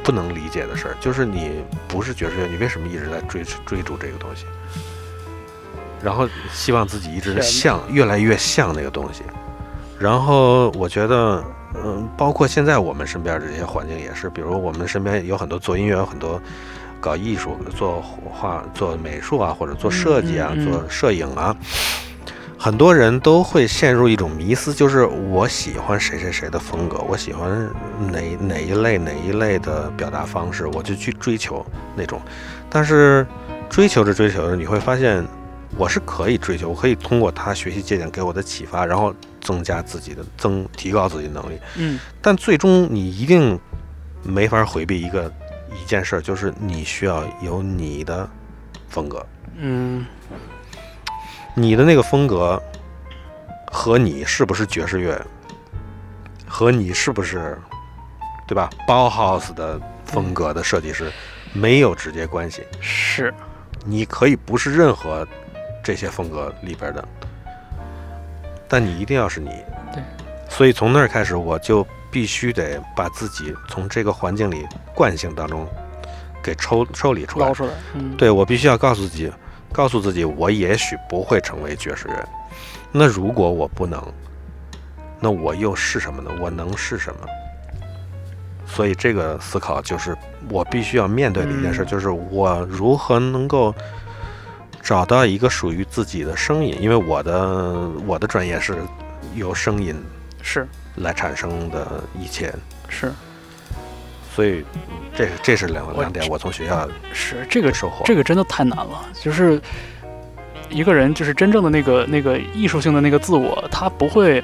[SPEAKER 2] 不能理解的事儿。就是你不是爵士乐，你为什么一直在追追逐这个东西？然后希望自己一直
[SPEAKER 1] 是
[SPEAKER 2] 像，越来越像那个东西。然后我觉得，嗯，包括现在我们身边这些环境也是，比如我们身边有很多做音乐，有很多搞艺术、做画、做美术啊，或者做设计啊，
[SPEAKER 1] 嗯嗯嗯
[SPEAKER 2] 做摄影啊，很多人都会陷入一种迷思，就是我喜欢谁谁谁的风格，我喜欢哪哪一类哪一类的表达方式，我就去追求那种。但是追求着追求着，你会发现我是可以追求，我可以通过他学习借鉴给我的启发，然后增加自己的增提高自己的能力。
[SPEAKER 1] 嗯，
[SPEAKER 2] 但最终你一定没法回避一个一件事儿，就是你需要有你的风格，
[SPEAKER 1] 嗯，
[SPEAKER 2] 你的那个风格和你是不是爵士乐，和你是不是对吧？Bauhaus 的风格的设计师没有直接关系。
[SPEAKER 1] 是，
[SPEAKER 2] 你可以不是任何这些风格里边的，但你一定要是你。
[SPEAKER 1] 对。
[SPEAKER 2] 所以从那儿开始，我就必须得把自己从这个环境里惯性当中给抽抽离出来
[SPEAKER 1] 捞。出来，嗯，，
[SPEAKER 2] 对我必须要告诉自己，告诉自己，我也许不会成为爵士乐。那如果我不能，那我又是什么呢？我能是什么？所以这个思考就是我必须要面对的一件事，
[SPEAKER 1] 嗯
[SPEAKER 2] 就是我如何能够找到一个属于自己的声音，因为我的我的专业是由声音
[SPEAKER 1] 是，
[SPEAKER 2] 来产生的一切，
[SPEAKER 1] 是，
[SPEAKER 2] 所以这这是两
[SPEAKER 1] 我
[SPEAKER 2] 两点我从学校
[SPEAKER 1] 是，这个
[SPEAKER 2] 收获。
[SPEAKER 1] 这个真的太难了，就是一个人就是真正的那个那个艺术性的那个自我，他不会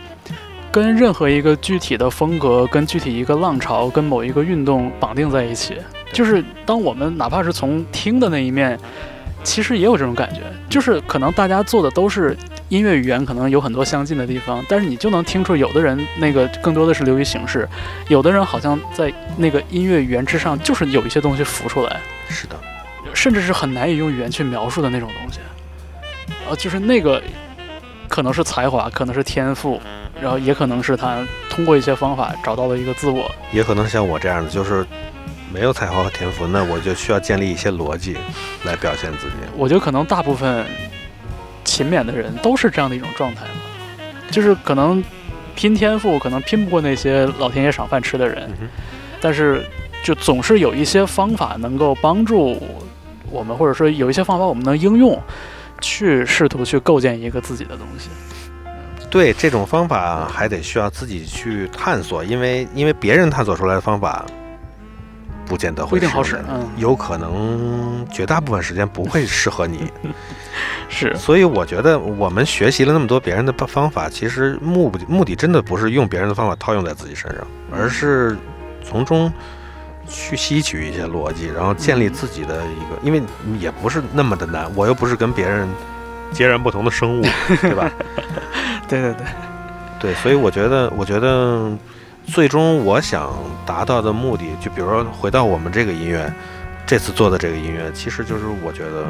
[SPEAKER 1] 跟任何一个具体的风格、跟具体一个浪潮、跟某一个运动绑定在一起。就是当我们哪怕是从听的那一面，其实也有这种感觉，就是可能大家做的都是。音乐语言可能有很多相近的地方，但是你就能听出，有的人那个更多的是流于形式，有的人好像在那个音乐语言之上，就是有一些东西浮出来。
[SPEAKER 2] 是的，
[SPEAKER 1] 甚至是很难以用语言去描述的那种东西。呃，就是那个可能是才华，可能是天赋，然后也可能是他通过一些方法找到了一个自我。
[SPEAKER 2] 也可能像我这样的，就是没有才华和天赋，那我就需要建立一些逻辑来表现自己。
[SPEAKER 1] 我觉得可能大部分勤勉的人都是这样的一种状态吧，就是可能拼天赋，可能拼不过那些老天爷赏饭吃的人，
[SPEAKER 2] 嗯哼
[SPEAKER 1] 但是就总是有一些方法能够帮助我们，或者说有一些方法我们能应用，去试图去构建一个自己的东西。
[SPEAKER 2] 对这种方法还得需要自己去探索，因为因为别人探索出来的方法，不见得
[SPEAKER 1] 不
[SPEAKER 2] 会
[SPEAKER 1] 一定好
[SPEAKER 2] 适
[SPEAKER 1] 使
[SPEAKER 2] 合你，
[SPEAKER 1] 嗯
[SPEAKER 2] 有可能绝大部分时间不会适合你。
[SPEAKER 1] 是，
[SPEAKER 2] 所以我觉得我们学习了那么多别人的方法，其实目的目的真的不是用别人的方法套用在自己身上，
[SPEAKER 1] 嗯
[SPEAKER 2] 而是从中去吸取一些逻辑，然后建立
[SPEAKER 1] 嗯
[SPEAKER 2] 自己的一个，因为也不是那么的难，我又不是跟别人截然不同的生物，对吧？
[SPEAKER 1] 对对对，
[SPEAKER 2] 对，所以我觉得，我觉得最终我想达到的目的，就比如说回到我们这个音乐，这次做的这个音乐，其实就是我觉得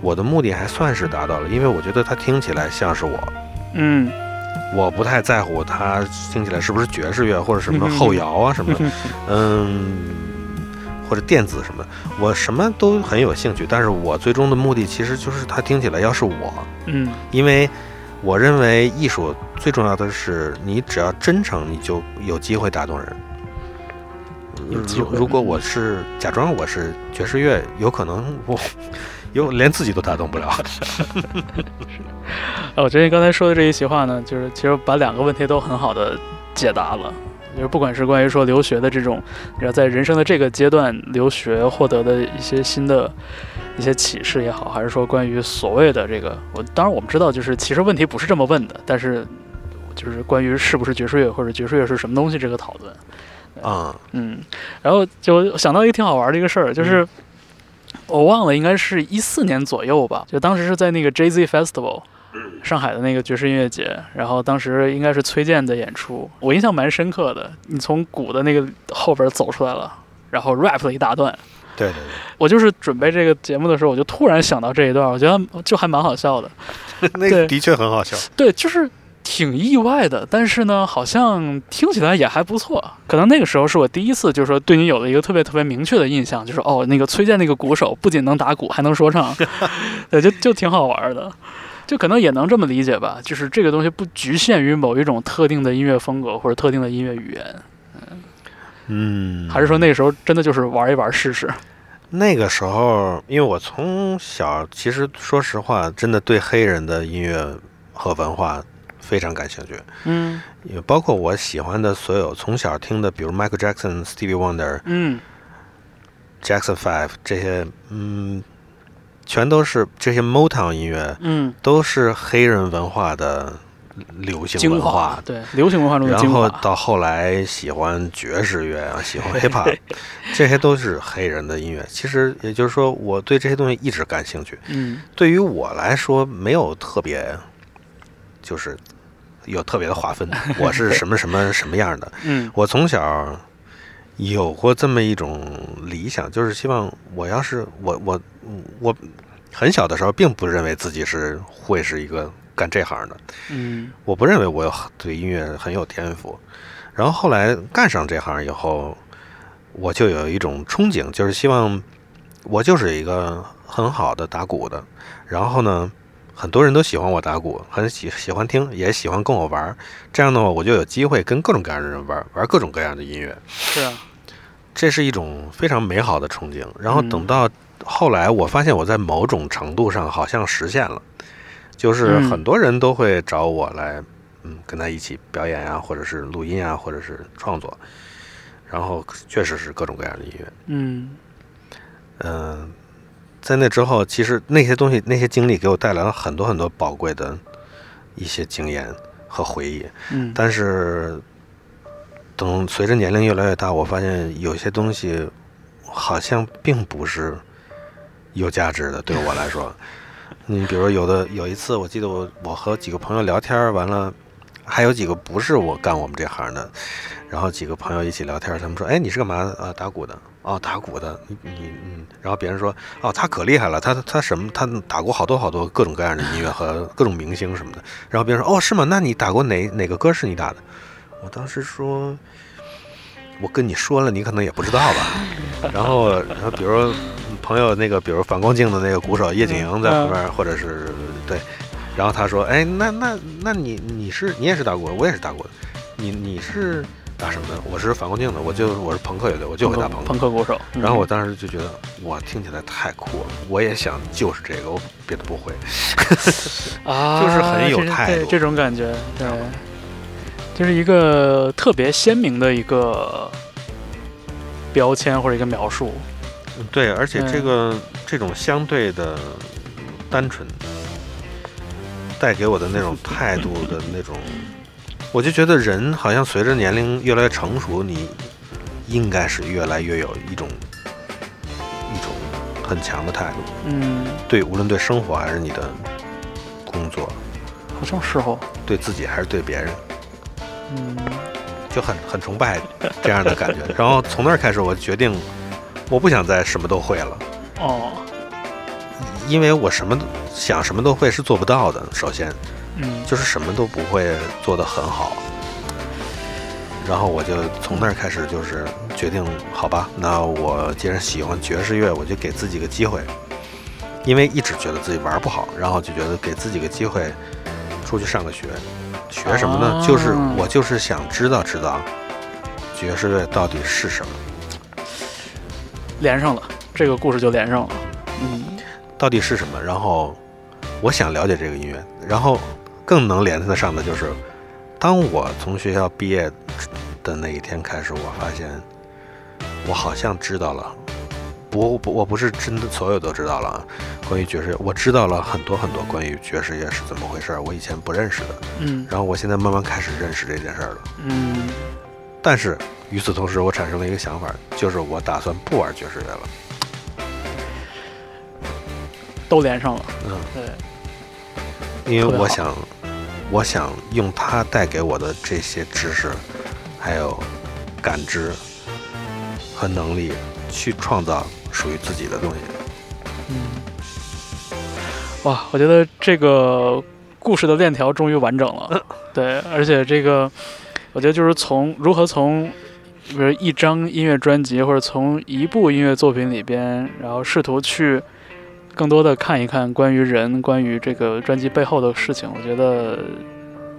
[SPEAKER 2] 我的目的还算是达到了，因为我觉得它听起来像是我，
[SPEAKER 1] 嗯，
[SPEAKER 2] 我不太在乎它听起来是不是爵士乐或者什么后摇啊什么的，嗯。或者电子什么的，我什么都很有兴趣，但是我最终的目的其实就是它听起来要是我，
[SPEAKER 1] 嗯，
[SPEAKER 2] 因为我认为艺术最重要的是，你只要真诚，你就有机会打动人。嗯
[SPEAKER 1] 有机会
[SPEAKER 2] 如如果我是假装我是爵士乐，有可能我 有连自己都打动不了。
[SPEAKER 1] 呃，我觉得你刚才说的这一席话呢，就是其实把两个问题都很好的解答了。就是不管是关于说留学的这种，然后在人生的这个阶段留学获得的一些新的一些启示也好，还是说关于所谓的这个，我当然我们知道，就是其实问题不是这么问的，但是就是关于是不是爵士乐或者爵士乐是什么东西这个讨论，
[SPEAKER 2] 啊、
[SPEAKER 1] 嗯，然后就想到一个挺好玩的一个事儿，就是、我忘了，应该是一四年左右吧，就当时是在那个 Jay Z Festival。上海的那个爵士音乐节，然后当时应该是崔健的演出，我印象蛮深刻的。你从鼓的那个后边走出来了，然后 rap 了一大段。
[SPEAKER 2] 对对对，
[SPEAKER 1] 我就是准备这个节目的时候，我就突然想到这一段，我觉得就还蛮好笑的。
[SPEAKER 2] 那
[SPEAKER 1] 对
[SPEAKER 2] 个的确很好笑。
[SPEAKER 1] 对，就是挺意外的，但是呢，好像听起来也还不错。可能那个时候是我第一次，就是说对你有了一个特别特别明确的印象，就是哦，那个崔健那个鼓手不仅能打鼓，还能说 唱，对，就就挺好玩的。就可能也能这么理解吧，就是这个东西不局限于某一种特定的音乐风格或者特定的音乐语言，
[SPEAKER 2] 嗯，
[SPEAKER 1] 还是说那个时候真的就是玩一玩试试？
[SPEAKER 2] 那个时候，因为我从小其实说实话，真的对黑人的音乐和文化非常感兴趣。
[SPEAKER 1] 嗯
[SPEAKER 2] 也包括我喜欢的所有从小听的，比如 Michael Jackson、Stevie Wonder、
[SPEAKER 1] 嗯
[SPEAKER 2] Jackson Five 这些，嗯，全都是这些 Motown 音乐，
[SPEAKER 1] 嗯，
[SPEAKER 2] 都是黑人文化的流行
[SPEAKER 1] 精
[SPEAKER 2] 文
[SPEAKER 1] 华对流行文化中的
[SPEAKER 2] 然
[SPEAKER 1] 精
[SPEAKER 2] 后
[SPEAKER 1] 华，
[SPEAKER 2] 到后来喜欢爵士乐啊，喜欢 hip hop，这些都是黑人的音乐。其实也就是说，我对这些东西一直感兴趣。
[SPEAKER 1] 嗯
[SPEAKER 2] 对于我来说，没有特别，就是有特别的划分，我是什么什么什么样的。
[SPEAKER 1] 嗯
[SPEAKER 2] 我从小有过这么一种理想，就是希望我要是我我我很小的时候，并不认为自己是会是一个干这行的，
[SPEAKER 1] 嗯
[SPEAKER 2] 我不认为我有对音乐很有天赋。然后后来干上这行以后，我就有一种憧憬，就是希望我就是一个很好的打鼓的。然后呢，很多人都喜欢我打鼓，很喜喜欢听，也喜欢跟我玩儿。这样的话，我就有机会跟各种各样的人玩儿，玩各种各样的音乐。
[SPEAKER 1] 是啊
[SPEAKER 2] 这是一种非常美好的憧憬。然后
[SPEAKER 1] 嗯
[SPEAKER 2] 等到后来，我发现我在某种程度上好像实现了，就是
[SPEAKER 1] 嗯
[SPEAKER 2] 很多人都会找我来，嗯，跟他一起表演啊，或者是录音啊，或者是创作。然后确实是各种各样的音乐，
[SPEAKER 1] 嗯
[SPEAKER 2] 嗯、在那之后，其实那些东西、那些经历给我带来了很多很多宝贵的一些经验和回忆。
[SPEAKER 1] 嗯
[SPEAKER 2] 但是等随着年龄越来越大，我发现有些东西好像并不是有价值的，对我来说。你比如有的有一次，我记得我我和几个朋友聊天儿，完了还有几个不是我干我们这行的，然后几个朋友一起聊天儿，他们说：“哎，你是干嘛的？啊，打鼓的。哦，打鼓的，你你嗯。”然后别人说：“哦，他可厉害了，他他什么？他打过好多好多各种各样的音乐和各种明星什么的。”然后别人说：“哦，是吗？那你打过哪哪个歌是你打的？”我当时说，我跟你说了，你可能也不知道吧。然后，然后比如朋友那个，比如反光镜的那个鼓手叶景莹在旁边，或者是对，然后他说，哎，那那那你你是你也是打鼓的，我也是打鼓的，你你是打什么的？我是反光镜的，我就我是朋克乐队，我就会打朋克
[SPEAKER 1] 朋。克鼓手。嗯
[SPEAKER 2] 然后我当时就觉得，哇，听起来太酷了，我也想就是这个，我别的不会。
[SPEAKER 1] 啊，
[SPEAKER 2] 就是很有态度
[SPEAKER 1] 这这种感觉，对，就是一个特别鲜明的一个标签或者一个描述，
[SPEAKER 2] 对，而且这
[SPEAKER 1] 嗯
[SPEAKER 2] 个这种相对的单纯，带给我的那种态度的那种，我就觉得人好像随着年龄越来越成熟，你应该是越来越有一种一种很强的态度，
[SPEAKER 1] 嗯，
[SPEAKER 2] 对，无论对生活还是你的工作，
[SPEAKER 1] 好像是哦，
[SPEAKER 2] 对自己还是对别人，
[SPEAKER 1] 嗯，
[SPEAKER 2] 就很很崇拜这样的感觉。 然后从那儿开始，我决定我不想再什么都会了。
[SPEAKER 1] 哦，
[SPEAKER 2] 因为我什么都想什么都会是做不到的，首先
[SPEAKER 1] 嗯，
[SPEAKER 2] 就是什么都不会做得很好。然后我就从那儿开始，就是决定，好吧，那我既然喜欢爵士乐，我就给自己个机会，因为一直觉得自己玩不好，然后就觉得给自己个机会，出去上个学，学什么呢？
[SPEAKER 1] 啊
[SPEAKER 2] 就是我就是想知道知道爵士乐到底是什么。
[SPEAKER 1] 连上了，这个故事就连上了，嗯，
[SPEAKER 2] 到底是什么，然后我想了解这个音乐，然后更能连得上的就是，当我从学校毕业的那一天开始，我发现我好像知道了，不不，我不是真的所有都知道了啊，关于爵士乐，我知道了很多很多关于爵士乐是怎么回事儿，我以前不认识的，
[SPEAKER 1] 嗯，
[SPEAKER 2] 然后我现在慢慢开始认识这件事儿了，
[SPEAKER 1] 嗯，
[SPEAKER 2] 但是与此同时，我产生了一个想法，就是我打算不玩爵士乐了。
[SPEAKER 1] 都连上了，
[SPEAKER 2] 嗯，
[SPEAKER 1] 对，
[SPEAKER 2] 因为
[SPEAKER 1] 特别好
[SPEAKER 2] 我想，我想用它带给我的这些知识，还有感知和能力，去创造属于自己的东西。
[SPEAKER 1] 嗯，哇，我觉得这个故事的链条终于完整
[SPEAKER 2] 嗯
[SPEAKER 1] 了，对，而且这个，我觉得就是从如何从，比如一张音乐专辑或者从一部音乐作品里边，然后试图去更多的看一看关于人、关于这个专辑背后的事情，我觉得，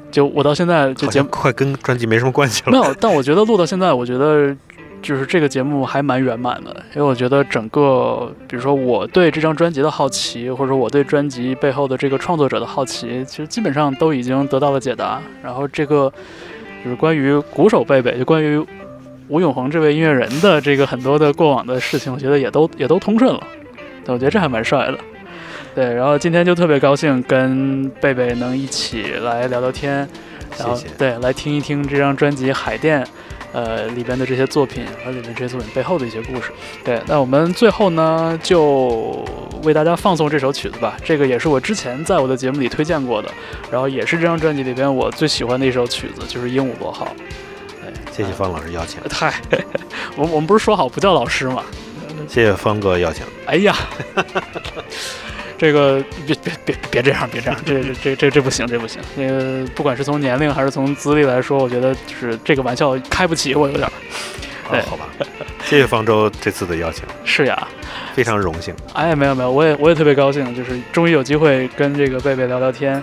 [SPEAKER 1] 就我到现在就
[SPEAKER 2] 好
[SPEAKER 1] 节
[SPEAKER 2] 像
[SPEAKER 1] 目
[SPEAKER 2] 快跟专辑没什么关系
[SPEAKER 1] 没
[SPEAKER 2] 了。
[SPEAKER 1] 有，但我觉得录到现在，我觉得就是这个节目还蛮圆满的，因为我觉得整个，比如说我对这张专辑的好奇，或者我对专辑背后的这个创作者的好奇，其实基本上都已经得到了解答。然后这个就是关于鼓手贝贝，就关于吴永恒这位音乐人的这个很多的过往的事情，我觉得也都也都通顺了。对，我觉得这还蛮帅的。对，然后今天就特别高兴跟贝贝能一起来聊聊天，然后
[SPEAKER 2] 谢谢
[SPEAKER 1] 对来听一听这张专辑《海淀》呃里边的这些作品和里面这些作品背后的一些故事。对，那我们最后呢就为大家放送这首曲子吧，这个也是我之前在我的节目里推荐过的，然后也是这张专辑里边我最喜欢的一首曲子，就是《鹦鹉螺号》。
[SPEAKER 2] 谢谢方老师邀请，
[SPEAKER 1] 嗨，我我们不是说好不叫老师吗？
[SPEAKER 2] 谢谢方哥邀请。
[SPEAKER 1] 哎呀，这个别别别别这样，别这样，这这这这这不行，这不行。那个不管是从年龄还是从资历来说，我觉得就是这个玩笑开不起，我有点儿 对
[SPEAKER 2] 哦，好吧，谢谢方舟这次的邀请，
[SPEAKER 1] 是呀。
[SPEAKER 2] 非常荣 幸。
[SPEAKER 1] 哎，没有没有，我也我也特别高兴，就是终于有机会跟这个贝贝聊聊天。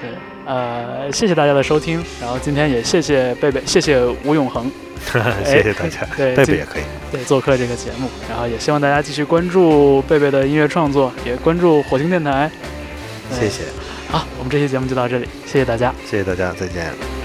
[SPEAKER 1] 对，呃，谢谢大家的收听，然后今天也谢谢贝贝，谢谢吴永恒，哎
[SPEAKER 2] 谢谢大家，
[SPEAKER 1] 对，
[SPEAKER 2] 贝
[SPEAKER 1] 今
[SPEAKER 2] 贝也可以。
[SPEAKER 1] 对做客这个节目，然后也希望大家继续关注贝贝的音乐创作，也关注火星电台。对嗯
[SPEAKER 2] 谢谢，
[SPEAKER 1] 好，我们这期节目就到这里，谢谢大家。
[SPEAKER 2] 谢谢大家，再见。